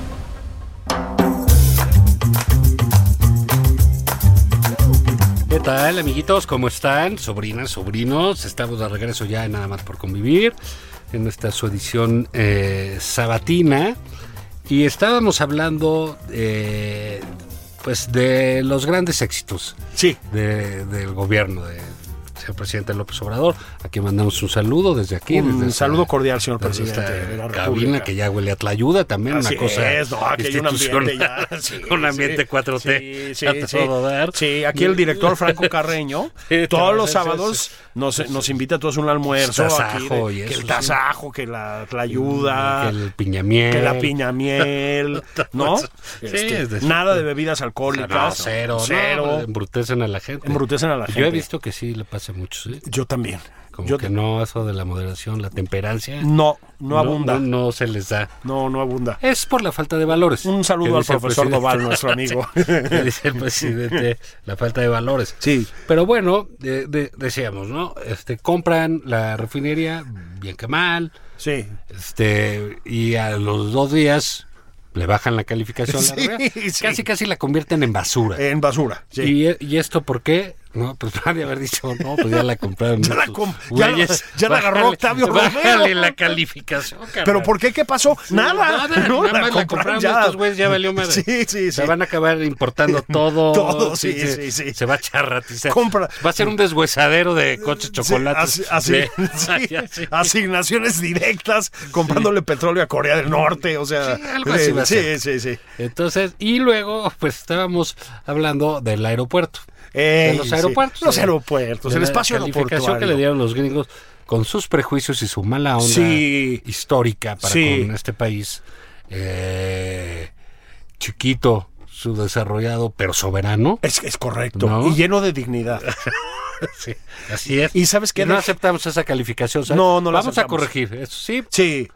S4: ¿Qué tal, amiguitos? ¿Cómo están? Sobrinas, sobrinos. Estamos de regreso ya en Nada más por convivir, en esta su edición eh, sabatina. Y estábamos hablando eh, pues de los grandes éxitos
S3: Sí,
S4: de- del gobierno de señor presidente López Obrador, a quien mandamos un saludo desde aquí.
S3: Un
S4: desde
S3: saludo cordial, señor
S4: desde esta
S3: presidente de la República.
S4: cabina que ya huele a tlayuda también,
S3: Así
S4: una cosa.
S3: es, no, aquí hay un ambiente ya.
S4: institucional, <laughs>
S3: Sí,
S4: un ambiente
S3: sí,
S4: 4T.
S3: Sí, sí,
S4: <laughs> a todo
S3: sí.
S4: dar.
S3: Sí, aquí el director
S4: <laughs>
S3: Franco Carreño,
S4: Sí,
S3: todos los
S4: sí, sí,
S3: sábados
S4: sí.
S3: nos, nos invita a todos un almuerzo.
S4: Tasajo
S3: aquí de-
S4: y
S3: que
S4: eso,
S3: el
S4: sí.
S3: tasajo, que la, la ayuda,
S4: Que el piñamiel.
S3: que la piña
S4: <laughs>
S3: miel, ¿no?
S4: Sí,
S3: Este,
S4: es de-
S3: nada de bebidas
S4: No,
S3: alcohólicas.
S4: cero,
S3: cero.
S4: no, Pues, embrutecen a la gente.
S3: Embrutecen a la
S4: Yo he
S3: gente.
S4: visto que sí le pasa mucho, ¿sí?
S3: Yo también.
S4: Como
S3: Yo
S4: que
S3: t-
S4: no, eso de la moderación, la temperancia.
S3: no, no abunda.
S4: No,
S3: No,
S4: no se les da.
S3: no, abunda.
S4: Es por la falta de valores.
S3: Un saludo
S4: que
S3: al
S4: dice el
S3: profesor
S4: presidente.
S3: Doval, nuestro amigo.
S4: <laughs> Que dice el presidente, la falta de valores.
S3: Sí.
S4: Pero bueno, de- de- decíamos, ¿no? Este, compran la refinería, bien que mal.
S3: Sí.
S4: Este, y a los dos días le bajan la calificación. a
S3: <laughs>
S4: la
S3: Sí,
S4: novela.
S3: sí.
S4: Casi, casi la convierten en basura.
S3: En basura. Sí.
S4: ¿Y, y esto por qué? No, pues <laughs> para de haber dicho, no, pues ya la compraron.
S3: <laughs> Ya la
S4: estos
S3: com- ya la-
S4: güeyes.
S3: ya la agarró
S4: Bájale-
S3: Octavio
S4: Bájale
S3: Romero.
S4: la calificación, carnal.
S3: ¿Pero por qué? ¿Qué pasó? nada. <laughs>
S4: Nada,
S3: No,
S4: nada más la
S3: compraron
S4: compraron estos güeyes, ya valió madre.
S3: Sí, sí, sí.
S4: Se van a
S3: <laughs>
S4: acabar importando todo.
S3: Todo, sí, sí,
S4: se,
S3: sí.
S4: Se va a charratizar.
S3: Compra-
S4: Va a ser un deshuesadero de coches chocolates.
S3: Sí, así-
S4: <laughs>
S3: así-
S4: Sí, así.
S3: <laughs> sí, Asignaciones directas, comprándole petróleo a Corea del Norte, o sea.
S4: Sí, algo así va a
S3: sí,
S4: ser.
S3: sí, sí.
S4: Entonces, y luego, pues estábamos hablando del aeropuerto.
S3: Ey,
S4: de los
S3: sí.
S4: aeropuertos.
S3: Los
S4: de-
S3: aeropuertos,
S4: de
S3: el
S4: la
S3: espacio
S4: calificación que le
S3: aeropuertuario.
S4: dieron los gringos con sus prejuicios y su mala onda
S3: Sí.
S4: histórica para
S3: Sí.
S4: con este país eh, chiquito, subdesarrollado, pero soberano.
S3: <laughs> Es, es correcto.
S4: ¿No?
S3: Y lleno de
S4: <laughs>
S3: dignidad.
S4: Sí, así es.
S3: ¿Y sabes qué?
S4: no
S3: Dej-
S4: aceptamos esa calificación. ¿sabes?
S3: No, no la
S4: Vamos a
S3: aceptamos.
S4: corregir. Eso sí,
S3: Sí.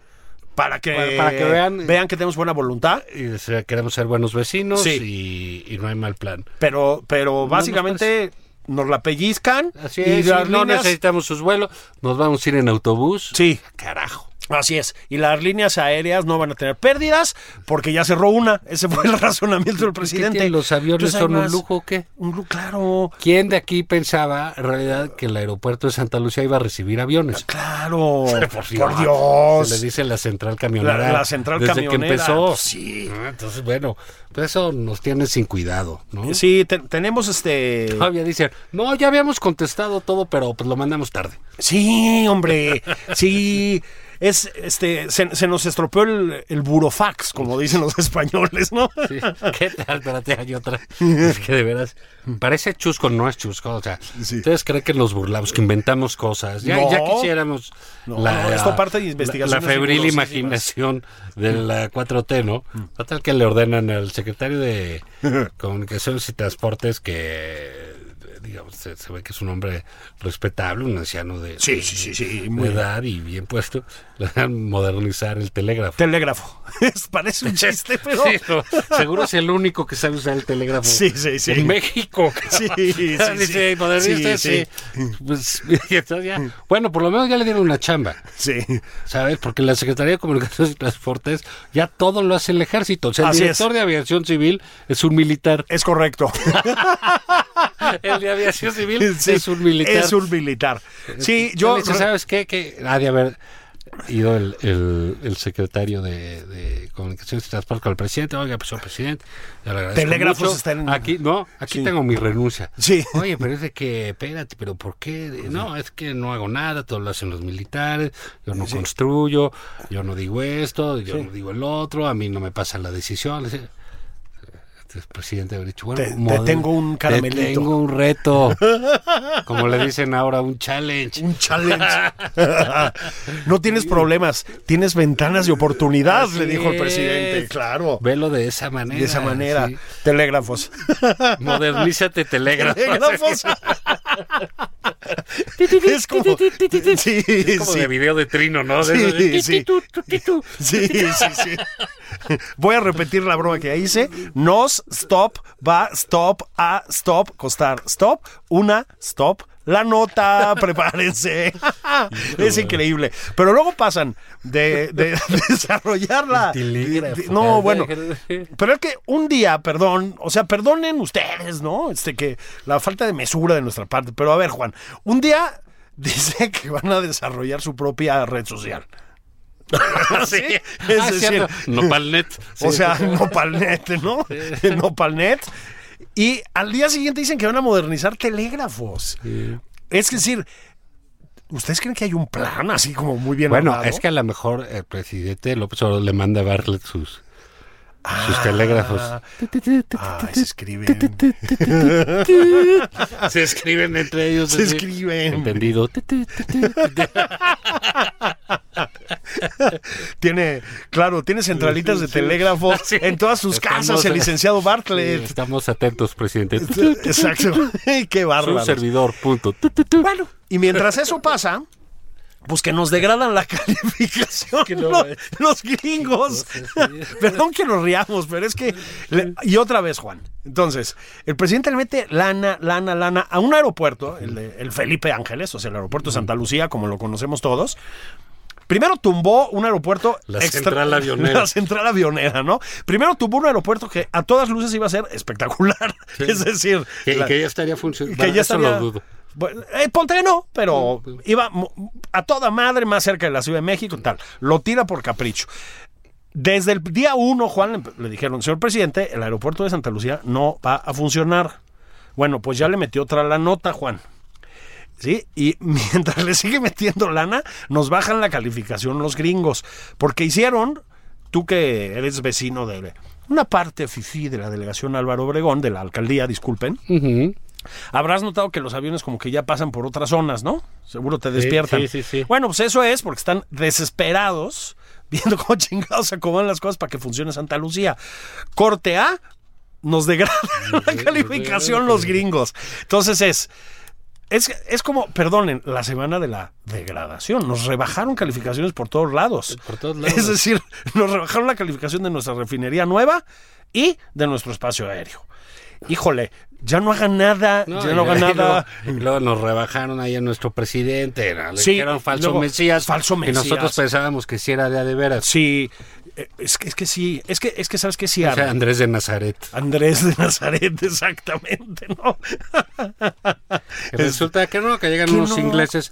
S3: Para que,
S4: Para- para que vean- eh,
S3: que tenemos buena voluntad,
S4: y, o sea, queremos ser buenos vecinos y, y no hay mal plan.
S3: pero, pero básicamente nos, la pellizcan.
S4: pues. Así
S3: y
S4: es.
S3: las
S4: y no
S3: líneas-
S4: necesitamos sus vuelos. Nos vamos a ir en autobús.
S3: Sí,
S4: Carajo.
S3: Así es, y las líneas aéreas no van a tener pérdidas porque ya cerró una. Ese fue el <laughs> razonamiento del presidente.
S4: tiene? ¿Los aviones
S3: Entonces,
S4: son un
S3: además,
S4: lujo o qué?
S3: Un lujo, claro,
S4: ¿Quién de aquí pensaba en realidad que el aeropuerto de Santa Lucía iba a recibir aviones?
S3: claro. por Dios.
S4: Se le dice la central camionera.
S3: La- la central
S4: desde
S3: camionera,
S4: que empezó.
S3: pues sí.
S4: Ah, Entonces, bueno, pues eso nos tiene sin cuidado, ¿no?
S3: Sí, te- tenemos este.
S4: Todavía dicen, no, ya habíamos contestado todo, pero pues lo mandamos tarde.
S3: Sí, hombre. Sí. Es, este, se, se nos estropeó el, el burofax, como dicen los españoles, ¿no?
S4: Sí. ¿Qué tal? Espérate, hay otra. Es que de veras, parece chusco, no es chusco. O sea,
S3: Sí.
S4: ustedes creen que nos burlamos, que inventamos cosas. Ya,
S3: No.
S4: ya quisiéramos
S3: No, no, esto parte de investigaciones
S4: La, febril
S3: rigurosísimas.
S4: imaginación de la 4T, ¿no? Total que le ordenan al secretario de Comunicaciones y Transportes que digamos, se, se ve que es un hombre respetable, un anciano de,
S3: Sí, sí, sí, sí,
S4: de
S3: muy bien.
S4: edad y bien puesto, le dan modernizar el telégrafo.
S3: Telégrafo. <laughs> Es- Parece un chiste, <laughs> pero.
S4: Sí, no, seguro es el único que sabe usar el telégrafo.
S3: Sí, sí, sí.
S4: En México.
S3: <laughs> Sí,
S4: cabrón. <laughs>
S3: sí,
S4: Dice,
S3: sí.
S4: modernista,
S3: Sí,
S4: sí. Pues, <laughs> y entonces ya, bueno, por lo menos ya le dieron una chamba,
S3: Sí.
S4: ¿sabes? Porque la Secretaría de Comunicaciones y Transportes ya todo lo hace el ejército. O sea, el
S3: Así
S4: director
S3: es.
S4: de aviación civil es
S3: <laughs>
S4: un militar.
S3: Es correcto.
S4: <laughs> El de aviación civil
S3: Sí,
S4: es un militar.
S3: Es un militar. Sí, yo.
S4: Le dice, ¿sabes qué? Que ha de haber ido el, el- el secretario de, de Comunicaciones y Transportes con el presidente. Oiga, pues, señor presidente, le agradezco
S3: Telégrafos
S4: mucho.
S3: están en-
S4: Aquí, no, aquí tengo mi renuncia.
S3: Sí.
S4: Oye, pero es de que, espérate, ¿pero por qué? No, es que no hago nada, todo lo hacen los militares, yo no construyo, yo no digo esto, yo no digo el otro, a mí no me pasa la decisión. Le dice, el presidente habría dicho, bueno,
S3: Te- te
S4: model-
S3: tengo un
S4: te
S3: caramelito.
S4: tengo un
S3: <laughs>
S4: reto. Como le dicen ahora, un challenge.
S3: Un challenge. <laughs> no tienes problemas, tienes ventanas de oportunidad,
S4: Así
S3: le dijo el
S4: es.
S3: presidente. Claro.
S4: Velo de esa manera.
S3: De esa manera.
S4: sí. <laughs>
S3: Telégrafos. <laughs>
S4: Modernízate, telégrafo.
S3: Telégrafos.
S4: <laughs>
S3: es como. Sí,
S4: Es como
S3: sí.
S4: de video de trino, ¿no? De
S3: Sí,
S4: eso de-
S3: sí. <laughs> Sí, sí, sí. Voy a repetir la broma que ya hice. Nos, stop, va, stop, a, stop, costar, stop, una, stop. La nota, <laughs> prepárense. es increíble. Pero luego pasan de, de <laughs> desarrollarla.
S4: Telégrafo.
S3: de- no, bueno. Pero es que un día, perdón, o sea, perdonen ustedes, ¿no? Este que la falta de mesura de nuestra parte. Pero a ver, Juan, un día <laughs> dice que van a desarrollar su propia red social.
S4: <laughs> Sí.
S3: Es
S4: Ah,
S3: decir,
S4: cierto. Nopalnet.
S3: O
S4: Sí.
S3: sea, <laughs> Nopalnet, ¿no? <laughs> Nopalnet. Y al día siguiente dicen que van a modernizar telégrafos. Es decir, ¿ustedes creen que hay un plan así como muy bien
S4: Bueno,
S3: armado?
S4: es que a lo mejor el presidente López Obrador le manda a Bartlett sus,
S3: Ah.
S4: sus telégrafos.
S3: Ay, se escriben.
S4: Se escriben entre ellos.
S3: Se
S4: así.
S3: escriben.
S4: Entendido.
S3: Tiene, claro, tiene centralitas de
S4: <laughs>
S3: telégrafos
S4: Sí. ¿eh?
S3: en todas sus
S4: Estamos-
S3: casas, el licenciado Bartlett.
S4: Estamos atentos,
S3: <laughs>
S4: presidente.
S3: Exacto.
S4: <laughs>
S3: Qué
S4: Su
S3: bárbaro.
S4: servidor, punto.
S3: Bueno, y mientras eso pasa, pues que nos degradan la <laughs> calificación los,
S4: eh.
S3: los gringos.
S4: pues,
S3: Perdón que nos riamos, pero es que... le- y otra vez, Juan. Entonces, el presidente le mete lana, lana, lana a un aeropuerto, el, de- el Felipe Ángeles, o sea, el aeropuerto de Santa Lucía, como lo conocemos todos, Primero tumbó un aeropuerto.
S4: La central avionera.
S3: <laughs> La central avionera, ¿no? Primero tumbó un aeropuerto que a todas luces iba a ser espectacular. <laughs> Es decir,
S4: Que,
S3: la-
S4: que ya estaría funcionando.
S3: que ya
S4: eso
S3: estaría-
S4: lo dudo. pues.
S3: Bueno, eh, Ponte no, pero iba mo- a toda madre más cerca de la Ciudad de México, tal. Lo tira por capricho. Desde el día uno, Juan, le, le dijeron, señor presidente, el aeropuerto de Santa Lucía no va a funcionar. Bueno, pues ya le metió otra la nota, Juan. ¿Sí? Y <laughs> mientras le sigue metiendo lana, nos bajan la calificación los gringos. Porque hicieron, tú que eres vecino de una parte fifí de la delegación Álvaro Obregón, de la alcaldía, disculpen,
S4: Ujú.
S3: Habrás notado que los aviones como que ya pasan por otras zonas, ¿no? Seguro te despiertan.
S4: sí, sí, sí.
S3: Bueno, pues eso es porque están desesperados viendo <laughs> cómo chingados se acomodan las cosas para que funcione Santa Lucía. Corte A, nos degradan <laughs> la calificación los gringos. Entonces es... Es, es como, perdonen, la semana de la degradación. Nos rebajaron calificaciones por todos lados.
S4: Por todos lados.
S3: Es decir, <laughs> nos rebajaron la calificación de nuestra refinería nueva y de nuestro espacio aéreo. Híjole, ya no hagan nada, ya no
S4: y-
S3: hagan
S4: y
S3: nada.
S4: luego- y luego nos rebajaron ahí a nuestro presidente. era- Le
S3: Sí,
S4: dijeron falso
S3: luego,
S4: mesías.
S3: falso
S4: Y nosotros
S3: Mesías.
S4: pensábamos que sí era de a de veras.
S3: Sí, eh, es que, es que sí, es que, es que sabes que sí,
S4: O sea,
S3: arde.
S4: Andrés de Nazaret.
S3: Andrés de Nazaret, <laughs> exactamente, ¿no?
S4: Que Resulta que no, que llegan
S3: que
S4: unos
S3: no.
S4: ingleses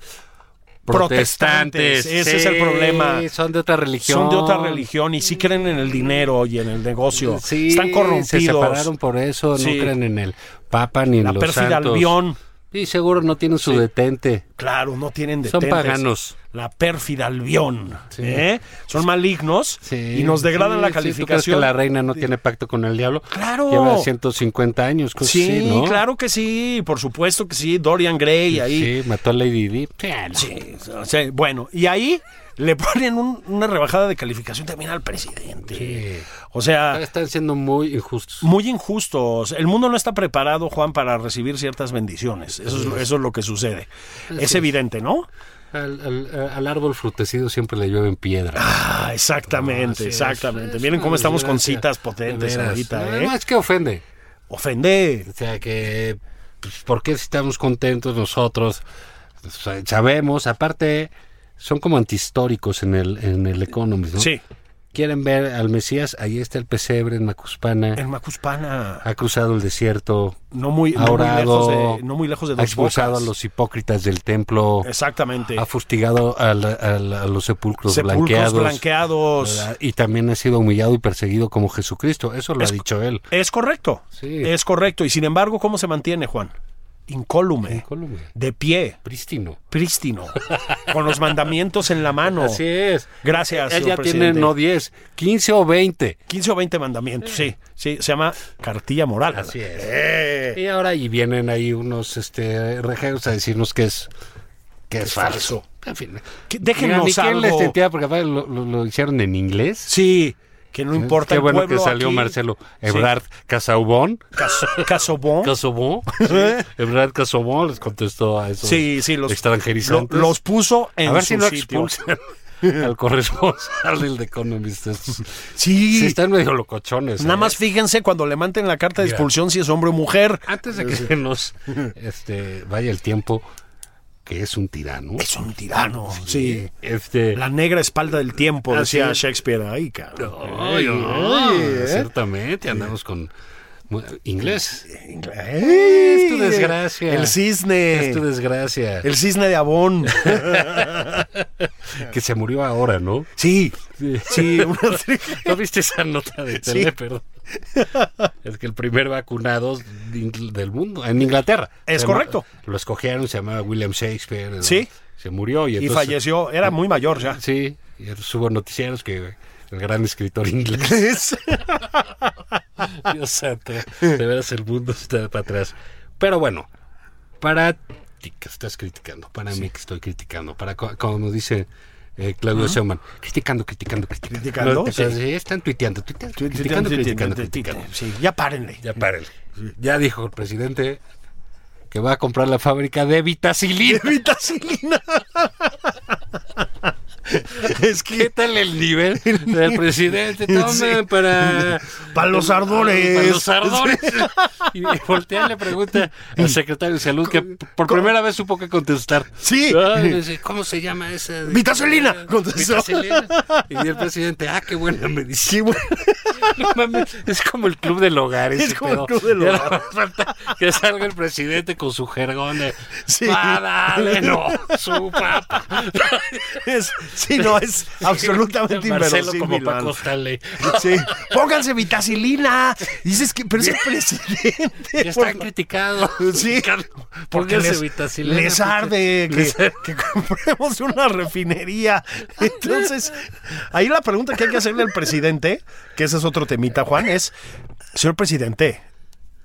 S3: Protestantes,
S4: protestantes.
S3: ese es el problema.
S4: Son de otra religión.
S3: Son de otra religión y sí creen en el dinero y en el negocio.
S4: Sí,
S3: Están
S4: Se
S3: corrompidos.
S4: separaron por eso,
S3: Sí.
S4: no creen en el Papa ni en
S3: La
S4: los
S3: pérfida
S4: santos.
S3: Albión,
S4: Y seguro no tienen su detente.
S3: claro, no tienen
S4: Son
S3: detentes.
S4: paganos.
S3: La pérfida Albión, ¿eh? Son malignos
S4: Sí,
S3: y nos degradan
S4: sí,
S3: la
S4: sí, ¿tú crees que
S3: calificación.
S4: la reina no tiene pacto con el diablo.
S3: Claro.
S4: Lleva 150 años, cosas
S3: Sí,
S4: así, Pues ¿no?
S3: claro que sí, por supuesto que sí, Dorian Gray ahí.
S4: Sí, mató a Lady Di. Sí, no.
S3: Sí, o sea, bueno, y ahí le <laughs> ponen un- una rebajada de calificación también al presidente. O sea,
S4: Están siendo muy injustos.
S3: muy injustos. El mundo no está preparado, Juan, para recibir ciertas bendiciones. Eso es, lo- eso es lo que sucede. Es evidente, ¿no?
S4: Al, al- al árbol frutecido siempre le llueven piedras.
S3: Ah, exactamente,
S4: Así es.
S3: exactamente.
S4: Es
S3: Miren
S4: una
S3: cómo estamos con
S4: desgracia,
S3: citas
S4: de
S3: potentes
S4: veras.
S3: ahorita,
S4: No,
S3: ¿eh?
S4: no, es que ofende.
S3: Ofende.
S4: O sea, que, pues, ¿por qué estamos contentos nosotros? O sea, sabemos, aparte, son como antihistóricos en el, en el Economist, ¿no?
S3: Sí,
S4: Quieren ver al Mesías, ahí está el pesebre en Macuspana,
S3: el Macuspana,
S4: ha cruzado el desierto,
S3: no muy,
S4: ha
S3: no muy lejos
S4: orado,
S3: de, no muy lejos de
S4: ha
S3: dos
S4: expulsado
S3: bocas.
S4: a los hipócritas del templo,
S3: Exactamente.
S4: ha fustigado a, la- a la- a los Este, sepulcros,
S3: Sepulcros
S4: blanqueados.
S3: blanqueados.
S4: ¿verdad? Y también ha sido humillado y perseguido como Jesucristo. Eso lo ha dicho él.
S3: Es correcto.
S4: Sí.
S3: Es correcto. Y sin embargo, ¿cómo se mantiene, Juan? Incólume.
S4: Columna.
S3: De pie.
S4: Prístino.
S3: Prístino. con los mandamientos en la mano.
S4: Así es.
S3: Gracias,
S4: Él
S3: señor
S4: ya tiene
S3: presidente.
S4: no 10, 15 o 20.
S3: 15 o 20 mandamientos, sí. Sí, se llama cartilla moral.
S4: Así es.
S3: Eh,
S4: Y ahora y vienen ahí unos este rejeos a decirnos que es que es falso.
S3: falso.
S4: En fin.
S3: que
S4: Mira, ni
S3: déjenos
S4: quién les
S3: algo.
S4: sentía porque aparte lo, lo- lo hicieron en inglés.
S3: Sí, que no importa
S4: Qué
S3: el
S4: bueno que
S3: pueblo
S4: salió
S3: aquí.
S4: Marcelo Ebrard Casaubón.
S3: Cas- Casobón. <laughs>
S4: Casobón. Sí, Ebrard Casobón les contestó a esos
S3: Sí, sí, los,
S4: extranjerizantes.
S3: lo- los puso en
S4: a ver
S3: su
S4: si no
S3: sitio.
S4: expulsan al corresponsal del The Economist. estos.
S3: Sí,
S4: Sí, están medio locochones.
S3: nada
S4: ¿eh?
S3: más fíjense cuando le manden la carta de
S4: Mira.
S3: expulsión si es hombre o mujer.
S4: Antes de que se nos este, vaya el tiempo, que es un tirano.
S3: Es un tirano. Sí.
S4: Este.
S3: La negra espalda del tiempo,
S4: Así
S3: decía
S4: es.
S3: Shakespeare. Ay, ¿eh? cabrón.
S4: Ah, Ay, ay, Ciertamente, andamos con mu- inglés.
S3: Eh, Ey,
S4: Es tu desgracia.
S3: El cisne.
S4: Es tu desgracia.
S3: el cisne de
S4: <laughs>
S3: Avon.
S4: Que se murió ahora, ¿no?
S3: Sí. Sí, una-
S4: <laughs> ¿No viste esa nota de tele? Perdón. Es que el primer vacunado de Ingl- del mundo, en Inglaterra.
S3: Es
S4: Se llama-
S3: correcero.
S4: Lo escogieron, se llamaba William Shakespeare. ¿no?
S3: Sí.
S4: Se murió y
S3: y
S4: entonces-
S3: falleció. Era muy mayor ya.
S4: Sí, y entonces hubo noticieros que el gran escritor <laughs> inglés. Dios santo, de veras el mundo está para atrás. Pero bueno, para ti que estás criticando, para mí que estoy criticando, para co- como dice eh, Claudio Seumann, criticando, criticando, criticando.
S3: Criticando,
S4: No, te-
S3: sí.
S4: sí, Están tuiteando, tuiteando, criticando, criticando, criticando.
S3: Sí, ya párenle.
S4: Ya párenle. Ya dijo el presidente que va
S3: <laughs>
S4: a <laughs> comprar la fábrica de vitacilina.
S3: Vitacilina. Es
S4: <laughs> ¿Qué tal el nivel del presidente? Toma para...
S3: Para los
S4: para-
S3: ardores.
S4: Para los ardores. Y voltea y le pregunta al secretario de salud que por primera vez supo qué contestar.
S3: Sí.
S4: Ah, y le dice, ¿Cómo se llama esa? de-
S3: Vitacilina, contestó.
S4: Vitacilina. Y el presidente, ah, qué buena medicina.
S3: Sí, bueno.
S4: <laughs> No mames, es como el club del hogar. ese
S3: Es como el
S4: pedo.
S3: club del
S4: Ya nada
S3: hogar.
S4: más falta que salga el presidente con su jergón de.
S3: Sí.
S4: "Va,
S3: <laughs>
S4: dale, no, su papá.
S3: Es- sí, no, es <laughs> absolutamente
S4: Marcelo
S3: inverosímil.
S4: como
S3: mano.
S4: Paco eh. Stanley.
S3: Sí. Pónganse vitacilina. Dices que, pero es el presidente.
S4: Ya
S3: por
S4: están criticados.
S3: Sí.
S4: Porque
S3: les,
S4: les, vitacilena,
S3: les
S4: puta.
S3: arde que,
S4: Les arde.
S3: que compremos una refinería. Entonces, ahí la pregunta que hay que hacerle al presidente, que ese es otro temita, Juan, es, señor presidente,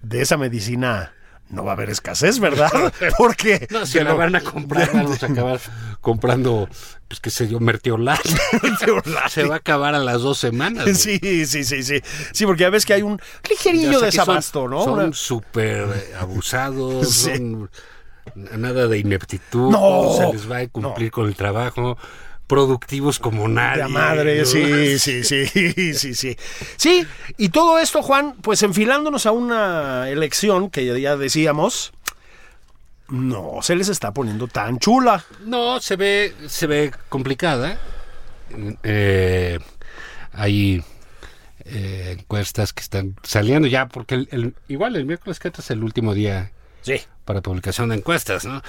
S3: de esa medicina no va a haber escasez, ¿verdad? Porque...
S4: <laughs> No, si
S3: de
S4: la
S3: lo- <laughs>
S4: van a comprar, vamos a acabar comprando, pues qué sé yo, mertiolate.
S3: <laughs> de Orlando.
S4: Se va a acabar a las dos semanas. güey.
S3: Sí, sí, sí, sí. Sí, porque ya ves que hay un
S4: Ya
S3: ligerillo
S4: sé que son-
S3: desabasto, ¿no?
S4: Son
S3: Una-
S4: súper eh,
S3: <laughs>
S4: abusados,
S3: Sí.
S4: son nada de ineptitud,
S3: No,
S4: se les va a cumplir con el trabajo, productivos como nadie.
S3: De a madre,
S4: ¿no?
S3: sí, sí, sí, <laughs> sí, sí. Sí, y todo esto, Juan, pues enfilándonos a una elección que ya- ya decíamos, no se les está poniendo tan chula.
S4: No, se ve, se ve complicada. Eh, hay eh, encuestas que están saliendo ya, porque el- el- igual el miércoles que entra es el último día
S3: Sí.
S4: para publicación de encuestas, ¿no?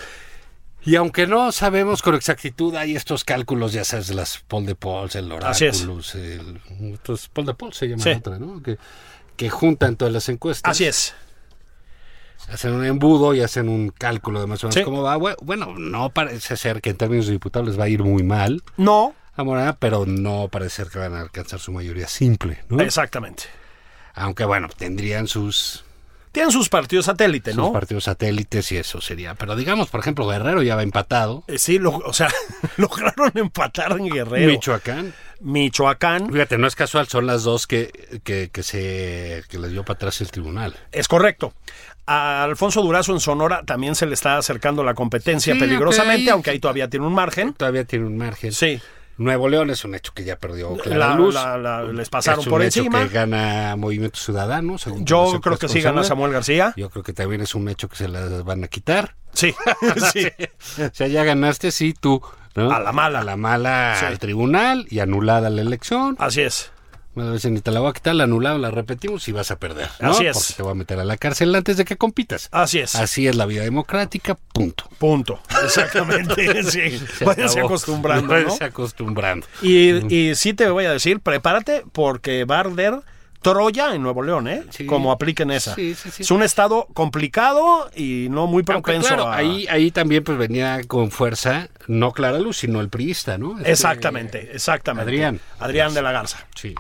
S4: Y aunque no sabemos con exactitud, hay estos cálculos, ya sabes, las poll de polls, el
S3: Así es.
S4: oráculos, el, estos poll de polls se llama
S3: Sí.
S4: la otra, ¿no? Que, que juntan todas las encuestas.
S3: Así es.
S4: Hacen un embudo y hacen un cálculo de más o menos
S3: Sí.
S4: cómo va. Bue- Bueno, no parece ser que en términos de diputados les va a ir muy mal
S3: No,
S4: a Morena, pero no parece ser que van a alcanzar su mayoría simple, ¿no?
S3: exactamente.
S4: Aunque bueno, tendrían sus,
S3: Tienen sus partidos satélite,
S4: sus
S3: ¿no?
S4: partidos satélites y eso sería. Pero digamos, por ejemplo, Guerrero ya va empatado.
S3: Eh, sí, lo- o sea, <laughs> lograron empatar en Guerrero.
S4: Michoacán
S3: Michoacán.
S4: Fíjate, no es casual, son las dos que, que, que se que les dio para atrás el tribunal.
S3: Es correcto. A Alfonso Durazo en Sonora también se le está acercando la competencia
S4: Sí,
S3: peligrosamente,
S4: ok.
S3: aunque ahí todavía tiene un margen.
S4: Todavía tiene un margen.
S3: Sí.
S4: Nuevo León es un hecho que ya perdió clara
S3: La-
S4: luz.
S3: la- la- les pasaron
S4: Es un
S3: por
S4: hecho
S3: encima.
S4: que gana Movimiento Ciudadano. según las
S3: Yo
S4: encuestas
S3: creo que
S4: con
S3: sí gana Samuel García.
S4: Yo creo que también es un hecho que se las van a quitar.
S3: Sí, <laughs> sí.
S4: O sea, ya ganaste, sí, tú. ¿no?
S3: A la mala.
S4: A la mala
S3: Sí. Ah.
S4: al tribunal y anulada la elección.
S3: Así es.
S4: Bueno, dicen, ni te la voy a quitar, la anulamos, la repetimos y vas a perder. ¿no?
S3: Así es. Ah,
S4: Porque te voy a meter a la cárcel antes de que compitas.
S3: Así es.
S4: Así es la vida democrática, punto. <laughs>
S3: Punto. Exactamente. sí. Váyanse
S4: acabó.
S3: acostumbrando, ¿no?
S4: Váyanse <laughs> acostumbrando.
S3: Y, y sí te voy a decir, prepárate porque va a arder Troya en Nuevo León, ¿eh?
S4: Sí.
S3: Como apliquen esa.
S4: Sí, sí, sí.
S3: Es un estado complicado y no muy
S4: Aunque,
S3: propenso
S4: claro,
S3: a...
S4: ahí, ahí también pues venía con fuerza, no Clara Luz, sino el priista, ¿no? Este,
S3: Exactamente, exactamente.
S4: Adrián.
S3: Adrián de la Garza.
S4: Sí.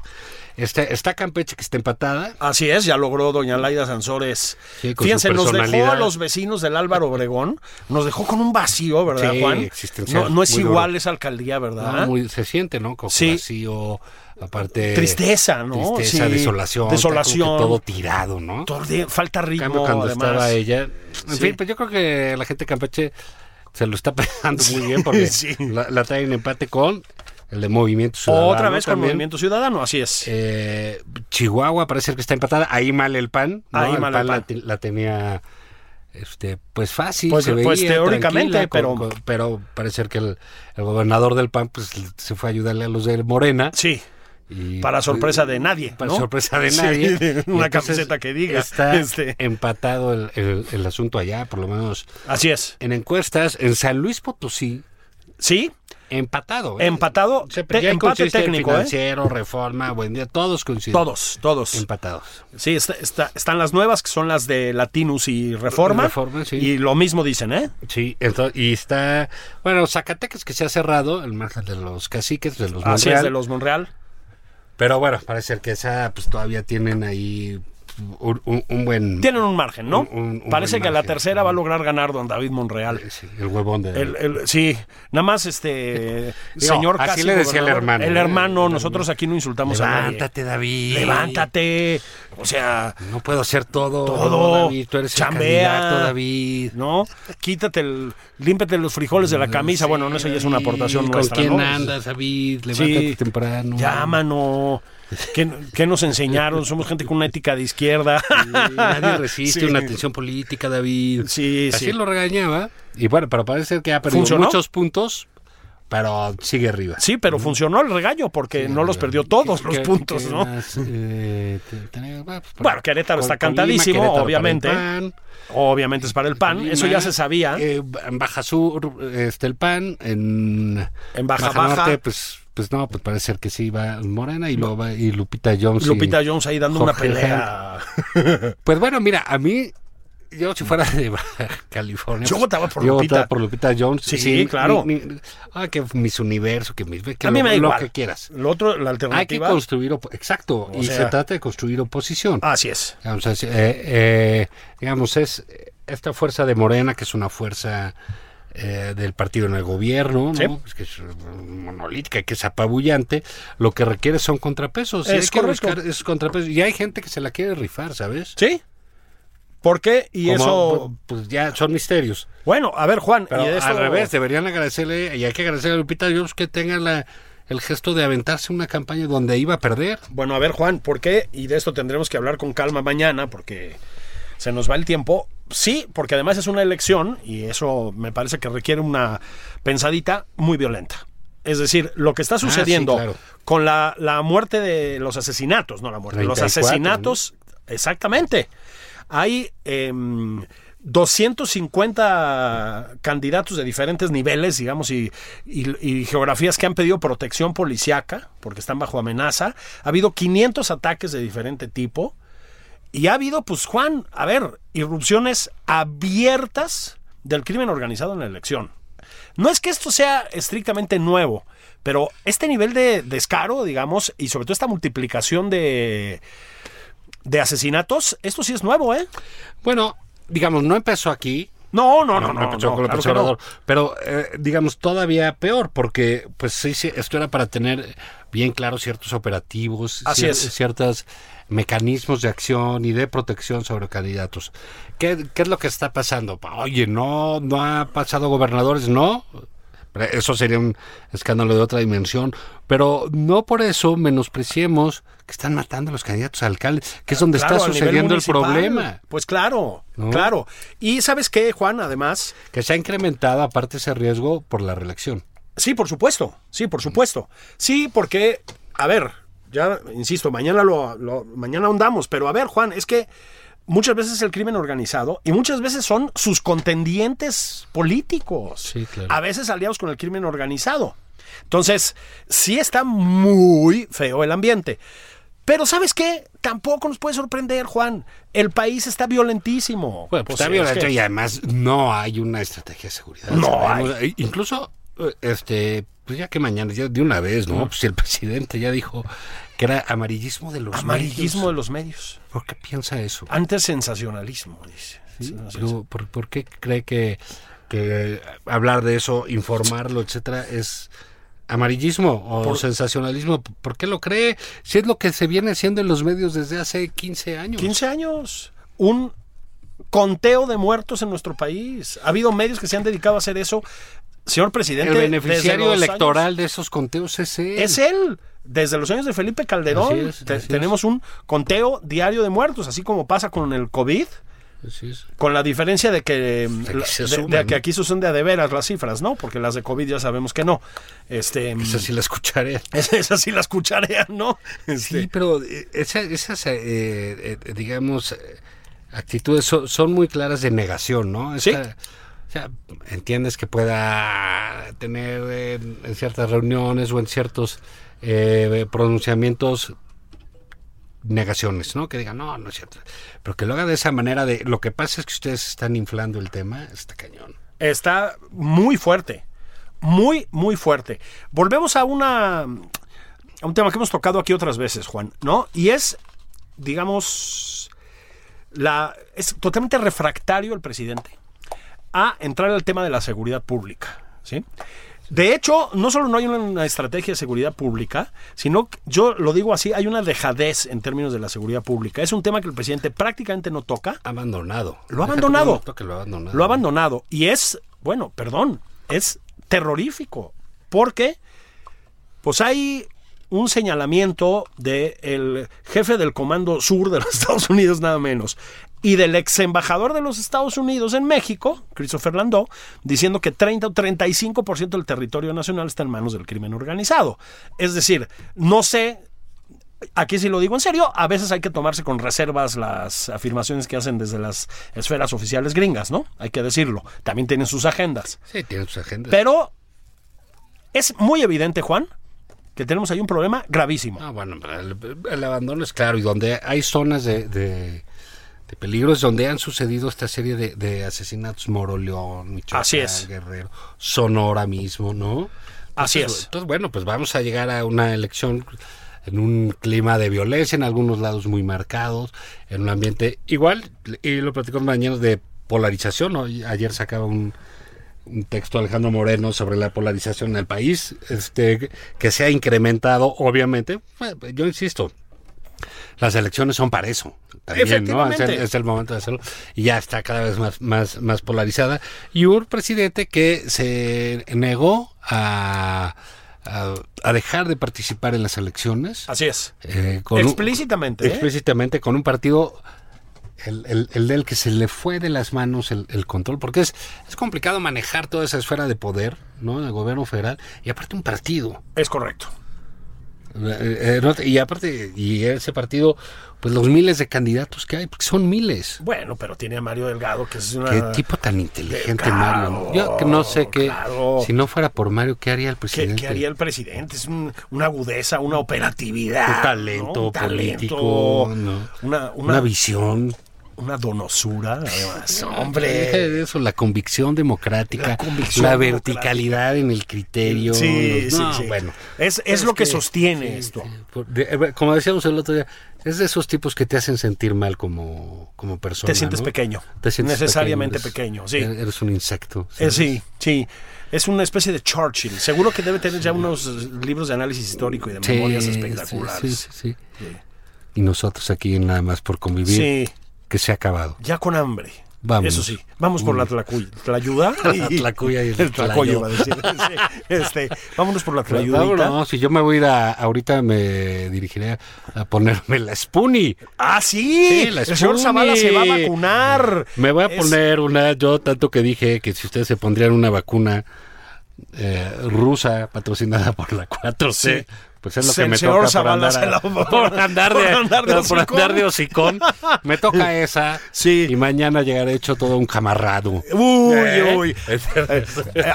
S4: Este, está Campeche que está empatada.
S3: Así es, ya logró doña Laida Sansores.
S4: Sí, con su
S3: Fíjense, nos dejó a
S4: personalidad.
S3: los vecinos del Álvaro Obregón, nos dejó con un vacío, ¿verdad,
S4: Sí,
S3: Juan?
S4: existencial,
S3: No, no es
S4: muy
S3: igual
S4: duro.
S3: esa alcaldía, ¿verdad?
S4: ¿no? Ah, Muy- se siente, ¿no? Como
S3: Sí.
S4: vacío, aparte...
S3: Tristeza, ¿no?
S4: Tristeza,
S3: Sí.
S4: desolación. está como que
S3: Desolación.
S4: Todo tirado, ¿no?
S3: Todo de- falta
S4: En
S3: ritmo,
S4: cambio, cuando
S3: además.
S4: estaba ella. En
S3: Sí.
S4: fin, pues yo creo que la gente de Campeche se lo está <laughs> pensando muy bien porque
S3: <laughs> sí.
S4: la, la traen en empate con el de Movimiento Ciudadano.
S3: Otra vez con
S4: también.
S3: Movimiento Ciudadano, así es.
S4: Eh, Chihuahua parece ser que está empatada. Ahí mal el pan. ¿no?
S3: Ahí
S4: el
S3: mal el pan.
S4: pan La, te- la tenía. Este, pues fácil,
S3: Pues-
S4: se veía,
S3: pues teóricamente,
S4: tranquila, con-
S3: pero-
S4: con- pero parece ser que el, el gobernador del PAN pues, se fue a ayudarle a los de Morena.
S3: sí,
S4: y- pues,
S3: para sorpresa de nadie.
S4: para
S3: ¿no?
S4: sorpresa
S3: <laughs>
S4: de
S3: Sí,
S4: nadie.
S3: de
S4: Y
S3: una
S4: entonces
S3: camiseta que diga.
S4: Está
S3: este,
S4: empatado el, el- el asunto allá, por lo menos
S3: así es.
S4: en encuestas. En San Luis Potosí,
S3: Sí,
S4: empatado. ¿eh?
S3: empatado.
S4: O
S3: te-
S4: sea, pero ya
S3: empate
S4: consiste en
S3: técnico, ¿eh?
S4: Financiero, Reforma, Buen Día, todos coinciden.
S3: Todos, todos.
S4: Empatados.
S3: Sí, está- está- están las nuevas, que son las de Latinus y Reforma.
S4: Reforma, sí.
S3: Y lo mismo dicen, ¿eh?
S4: Sí, entonces, y está. Bueno, Zacatecas que se ha cerrado, el margen de los caciques, de los
S3: Así es,
S4: Monreal.
S3: de los Monreal.
S4: Pero bueno, parece ser que esa, pues todavía tienen ahí un, un- un buen...
S3: Tienen un margen, ¿no?
S4: Un- un- un
S3: Parece
S4: buen
S3: que a la
S4: margen. Este.
S3: tercera va a lograr ganar don David Monreal.
S4: Sí, el huevón de...
S3: El- el- sí, nada más este
S4: <laughs> Digo,
S3: señor
S4: así
S3: casi
S4: le decía el
S3: gobernador.
S4: hermano. ¿eh?
S3: El hermano,
S4: El
S3: nosotros aquí no insultamos
S4: Levántate,
S3: a
S4: David.
S3: nadie. Levántate. O sea,
S4: No puedo hacer todo.
S3: Todo.
S4: David, tú eres
S3: Chambea.
S4: el candidato, David.
S3: ¿no? Quítate el límpete los frijoles de la camisa. Bueno, no sé, ya es una aportación
S4: Ah, ¿Con
S3: nuestra,
S4: quién
S3: ¿no?
S4: andas, David? Levántate
S3: Sí.
S4: temprano.
S3: Llámanos. ¿Qué, qué nos enseñaron? Somos gente con una ética de izquierda.
S4: Sí, Nadie
S3: <laughs>
S4: resiste
S3: Sí.
S4: una atención política, David.
S3: Sí,
S4: Así
S3: sí.
S4: lo regañaba. Y bueno, pero parece que ha perdido
S3: ¿Funcionó?
S4: muchos puntos, pero sigue arriba.
S3: Sí, pero funcionó el regaño porque no los perdió todos los
S4: ¿Qué-
S3: puntos,
S4: qué
S3: ¿no?
S4: más, eh, te- tenemos? Bueno, pues,
S3: Bueno, Querétaro está
S4: Colima,
S3: cantadísimo,
S4: Querétaro para
S3: obviamente.
S4: el PAN,
S3: Obviamente es para el pan, eso
S4: Colima,
S3: ya se sabía.
S4: eh, en Baja Sur, este, el PAN. En,
S3: En Baja Baja.
S4: Norte, pues, pues no, pues parece ser que sí va Morena y luego va y Lupita Jones. y-
S3: Lupita Jones ahí dando
S4: pues, Jorge
S3: una pelea.
S4: Pues bueno, mira, a mí, yo si fuera de <laughs> Baja California.
S3: Yo
S4: pues,
S3: votaba por
S4: yo
S3: Lupita.
S4: votaba por Lupita Jones.
S3: Sí, claro.
S4: ni- ni- ah, que mis universo, que mis. Que
S3: a mí
S4: lo,
S3: me da
S4: lo
S3: igual.
S4: que quieras.
S3: Lo otro, la
S4: Hay que
S3: alternativa.
S4: construir. op- Exacto. y
S3: sea- Ah.
S4: se trata de construir oposición.
S3: Así es.
S4: Digamos, es, eh, eh, digamos, es esta fuerza de Morena, que es una fuerza eh, del partido en el gobierno, ¿no?
S3: Sí.
S4: Pues que es eh, monolítica, que es apabullante, lo que requiere son contrapesos. y
S3: Es
S4: hay que
S3: correcto.
S4: buscar esos contrapesos. Y hay gente que se la quiere rifar, ¿sabes?
S3: ¿Sí? ¿Por qué? Y
S4: Como,
S3: eso.
S4: pu- Pues ya son misterios.
S3: Bueno, a ver, Juan.
S4: Pero
S3: y esto-
S4: al revés, deberían agradecerle, y hay que agradecerle a Lupita Jones que tenga la, el gesto de aventarse una campaña donde iba a perder.
S3: Bueno, a ver, Juan, ¿por qué? Y de esto tendremos que hablar con calma mañana porque se nos va el tiempo. Sí, porque además es una elección y eso me parece que requiere una pensadita muy violenta. Es decir, lo que está
S4: Ah, sí,
S3: sucediendo
S4: claro.
S3: con la, la muerte de los asesinatos, no la muerte, los
S4: 34,
S3: asesinatos, exactamente. Hay em, 250 candidatos de diferentes niveles, digamos, y, y- y geografías que han pedido protección policiaca porque están bajo amenaza. Ha habido 500 ataques de diferente tipo. Y ha habido, pues, Juan, a ver, irrupciones abiertas del crimen organizado en la elección. No es que esto sea estrictamente nuevo, pero este nivel de descaro, digamos, y sobre todo esta multiplicación de, de asesinatos, esto sí es nuevo, ¿eh?
S4: Bueno, digamos, no empezó aquí,
S3: No, no, no, no.
S4: no, pues no empezó
S3: no,
S4: con López
S3: claro que no.
S4: Obrador. Pero, eh, digamos, todavía peor, porque, pues sí, sí, esto era para tener bien claros ciertos operativos,
S3: Así es.
S4: ciertos mecanismos de acción y de protección sobre candidatos. ¿Qué, qué es lo que está pasando? Pa- Oye, no, no ha pasado gobernadores, no. Pero Eso sería un escándalo de otra dimensión. Pero no por eso menospreciemos que están matando a los candidatos a alcaldes, que es donde
S3: Ah, Claro, a
S4: está
S3: nivel
S4: sucediendo el
S3: municipal.
S4: problema.
S3: Pues claro,
S4: ¿No?
S3: claro. Y ¿sabes qué, Juan? Además,
S4: Que se ha incrementado aparte ese riesgo por la reelección.
S3: Sí, por supuesto, sí, por supuesto. Sí, porque, a ver, ya insisto, mañana lo, lo- mañana ahondamos, pero a ver, Juan, es que muchas veces es el crimen organizado y muchas veces son sus contendientes políticos.
S4: Sí, claro.
S3: A veces aliados con el crimen organizado. Entonces, sí está muy feo el ambiente. Pero ¿sabes qué? Tampoco nos puede sorprender, Juan. El país está violentísimo.
S4: Bueno,
S3: O
S4: pues está
S3: sea,
S4: violento
S3: es que-
S4: y además no hay una estrategia de seguridad.
S3: No
S4: Sabemos, e- Incluso, eh, este, pues ya que mañana, ya de una vez, ¿no? Pues si el presidente ya dijo que era amarillismo de los
S3: Amarillismo Ah, de
S4: medios.
S3: los medios.
S4: ¿Por qué piensa eso?
S3: Antes sensacionalismo, dice.
S4: Pero, ¿por, por qué cree que, que hablar de eso, informarlo, etcétera, es amarillismo o sensacionalismo? ¿Por qué lo cree? Si es lo que se viene haciendo en los medios desde hace 15 años.
S3: 15 años. Un conteo de muertos en nuestro país. Ha habido medios que se han dedicado a hacer eso. Señor presidente,
S4: El
S3: desde
S4: beneficiario
S3: los
S4: electoral
S3: años-
S4: de esos conteos es él.
S3: es él. Desde los años de Felipe Calderón
S4: Así es,
S3: te-
S4: así es.
S3: tenemos un conteo diario de muertos, así como pasa con el COVID,
S4: Así es.
S3: con la diferencia de que, mm,
S4: De que
S3: la-
S4: se
S3: de- de
S4: suman.
S3: que aquí suceden de a de veras las cifras, ¿no? Porque las de COVID ya sabemos que no. Este, mm,
S4: Esa sí la escucharé.
S3: <laughs> esas sí las cucharean, ¿no?
S4: Sí,
S3: Este,
S4: pero eh, esa- esas, eh, eh, eh, digamos, eh, actitudes son, son muy claras de negación, ¿no?
S3: Sí.
S4: o sea, entiendes que pueda tener eh, en, en ciertas reuniones o en ciertos eh, pronunciamientos negaciones, ¿no? Que digan, no, no es cierto. Pero que lo haga de esa manera de, lo que pasa es que ustedes están inflando el tema, está cañón.
S3: está muy fuerte. Muy, muy fuerte. Volvemos a una. a un tema que hemos tocado aquí otras veces, Juan, ¿no? Y es, digamos, la, es totalmente refractario el presidente a entrar al tema de la seguridad pública. ¿sí? De hecho, no solo no hay una estrategia de seguridad pública, sino que yo lo digo así, hay una dejadez en términos de la seguridad pública. Es un tema que el presidente prácticamente no toca.
S4: Abandonado.
S3: Lo ha abandonado.
S4: Deja tú, lo ha abandonado.
S3: Lo ha abandonado. Y es, bueno, perdón, es terrorífico. Porque, pues hay un señalamiento del jefe del Comando Sur de los <laughs> Estados Unidos, nada menos, y del ex embajador de los Estados Unidos en México, Christopher Landau, diciendo que 30 o 35% del territorio nacional está en manos del crimen organizado. Es decir, no sé. Aquí sí lo digo en serio, a veces hay que tomarse con reservas las afirmaciones que hacen desde las esferas oficiales gringas, ¿no? Hay que decirlo. También tienen sus agendas.
S4: Sí, tiene sus agendas.
S3: Pero es muy evidente, Juan, que tenemos ahí un problema gravísimo.
S4: Ah, bueno, el, el abandono es claro, y donde hay zonas de, de, de peligro es donde han sucedido esta serie de, de asesinatos, Moroleón, Michoacán,
S3: Así es.
S4: Guerrero, Sonora mismo, ¿no?
S3: Así
S4: Entonces,
S3: es.
S4: Entonces, bueno, pues vamos a llegar a una elección en un clima de violencia, en algunos lados muy marcados, en un ambiente igual, y lo platicamos mañana, de polarización. ¿no? Y Ayer sacaba un, un texto Alejandro Moreno sobre la polarización en el país, este, que se ha incrementado, obviamente. Bueno, Yo insisto, las elecciones son para eso. También, ¿no? Es el,
S3: Efectivamente.
S4: es el momento de hacerlo. Y ya está cada vez más, más, más polarizada. Y un presidente que se negó a, a, a dejar de participar en las elecciones.
S3: Así es.
S4: eh, con un-
S3: Ah, Explícitamente. ¿eh?
S4: explícitamente con un partido, el, el- el del que se le fue de las manos el, el control, porque es, es complicado manejar toda esa esfera de poder, ¿no? El gobierno federal, y aparte un partido.
S3: Es correcto.
S4: Eh, eh, no, Y aparte, y ese partido, pues los miles de candidatos que hay, porque son miles.
S3: Bueno, pero tiene a Mario Delgado, que es una...
S4: Qué tipo tan inteligente,
S3: Ah, Claro,
S4: Mario. ¿no? Yo que no sé qué.
S3: claro.
S4: Si no fuera por Mario, ¿qué haría el
S3: ¿Qué,
S4: presidente?
S3: qué haría el presidente? Es un- una agudeza, una operatividad.
S4: Un talento
S3: ¿no? Un
S4: político, ¿no?
S3: Una, una,
S4: Una visión.
S3: una donosura, además. Hombre.
S4: Deja de Eh, eso, la convicción democrática, la,
S3: convicción
S4: verticalidad en el criterio.
S3: Sí,
S4: los-
S3: sí,
S4: no,
S3: sí.
S4: Bueno,
S3: es, es lo que, sostiene esto.
S4: Por- de- eh, como decíamos el otro día, es de esos tipos que te hacen sentir mal como, como persona.
S3: Te sientes
S4: ¿no?
S3: pequeño.
S4: Te sientes
S3: necesariamente
S4: pequeño,
S3: pequeño,
S4: eres-
S3: sí.
S4: er- Eres un insecto.
S3: Eh,
S4: ¿sabes?
S3: sí, sí. Es una especie de Churchill. Seguro que debe tener ya unos eh, libros de análisis histórico y de
S4: Sí,
S3: memorias
S4: sí,
S3: espectaculares.
S4: Sí, sí, sí. Y nosotros aquí en nada más por convivir,
S3: Sí.
S4: que se ha
S3: <laughs>
S4: acabado.
S3: Ya con hambre.
S4: Vamos.
S3: Eso sí, vamos por la tlacuy, tlayuda.
S4: <laughs> La tlacuya y
S3: <laughs>
S4: el
S3: el tlacoyo,
S4: tlayo.
S3: iba a
S4: <laughs>
S3: decir. Sí, este, vámonos por la
S4: Pues
S3: tlayudita.
S4: No, si yo me voy a ir a, ahorita me dirigiré a ponerme la Spoonie.
S3: ¡Ah, sí!
S4: Sí, la
S3: el señor
S4: Sputnik.
S3: Zavala se va a vacunar.
S4: Me voy a
S3: Es-
S4: poner una, yo tanto que dije que si ustedes se pondrían una vacuna eh, rusa patrocinada por la 4C,
S3: Sí.
S4: pues es lo
S3: Sí,
S4: que
S3: el
S4: me
S3: señor
S4: toca por
S3: Zavala
S4: andar,
S3: se la-
S4: a- <laughs> por andar
S3: <laughs>
S4: de,
S3: por andar de
S4: no, por
S3: hocicón.
S4: andar de hocicón. Me toca esa
S3: Sí.
S4: y mañana llegaré hecho todo un camarrado.
S3: Uy,
S4: ¿Eh?
S3: uy. Eh,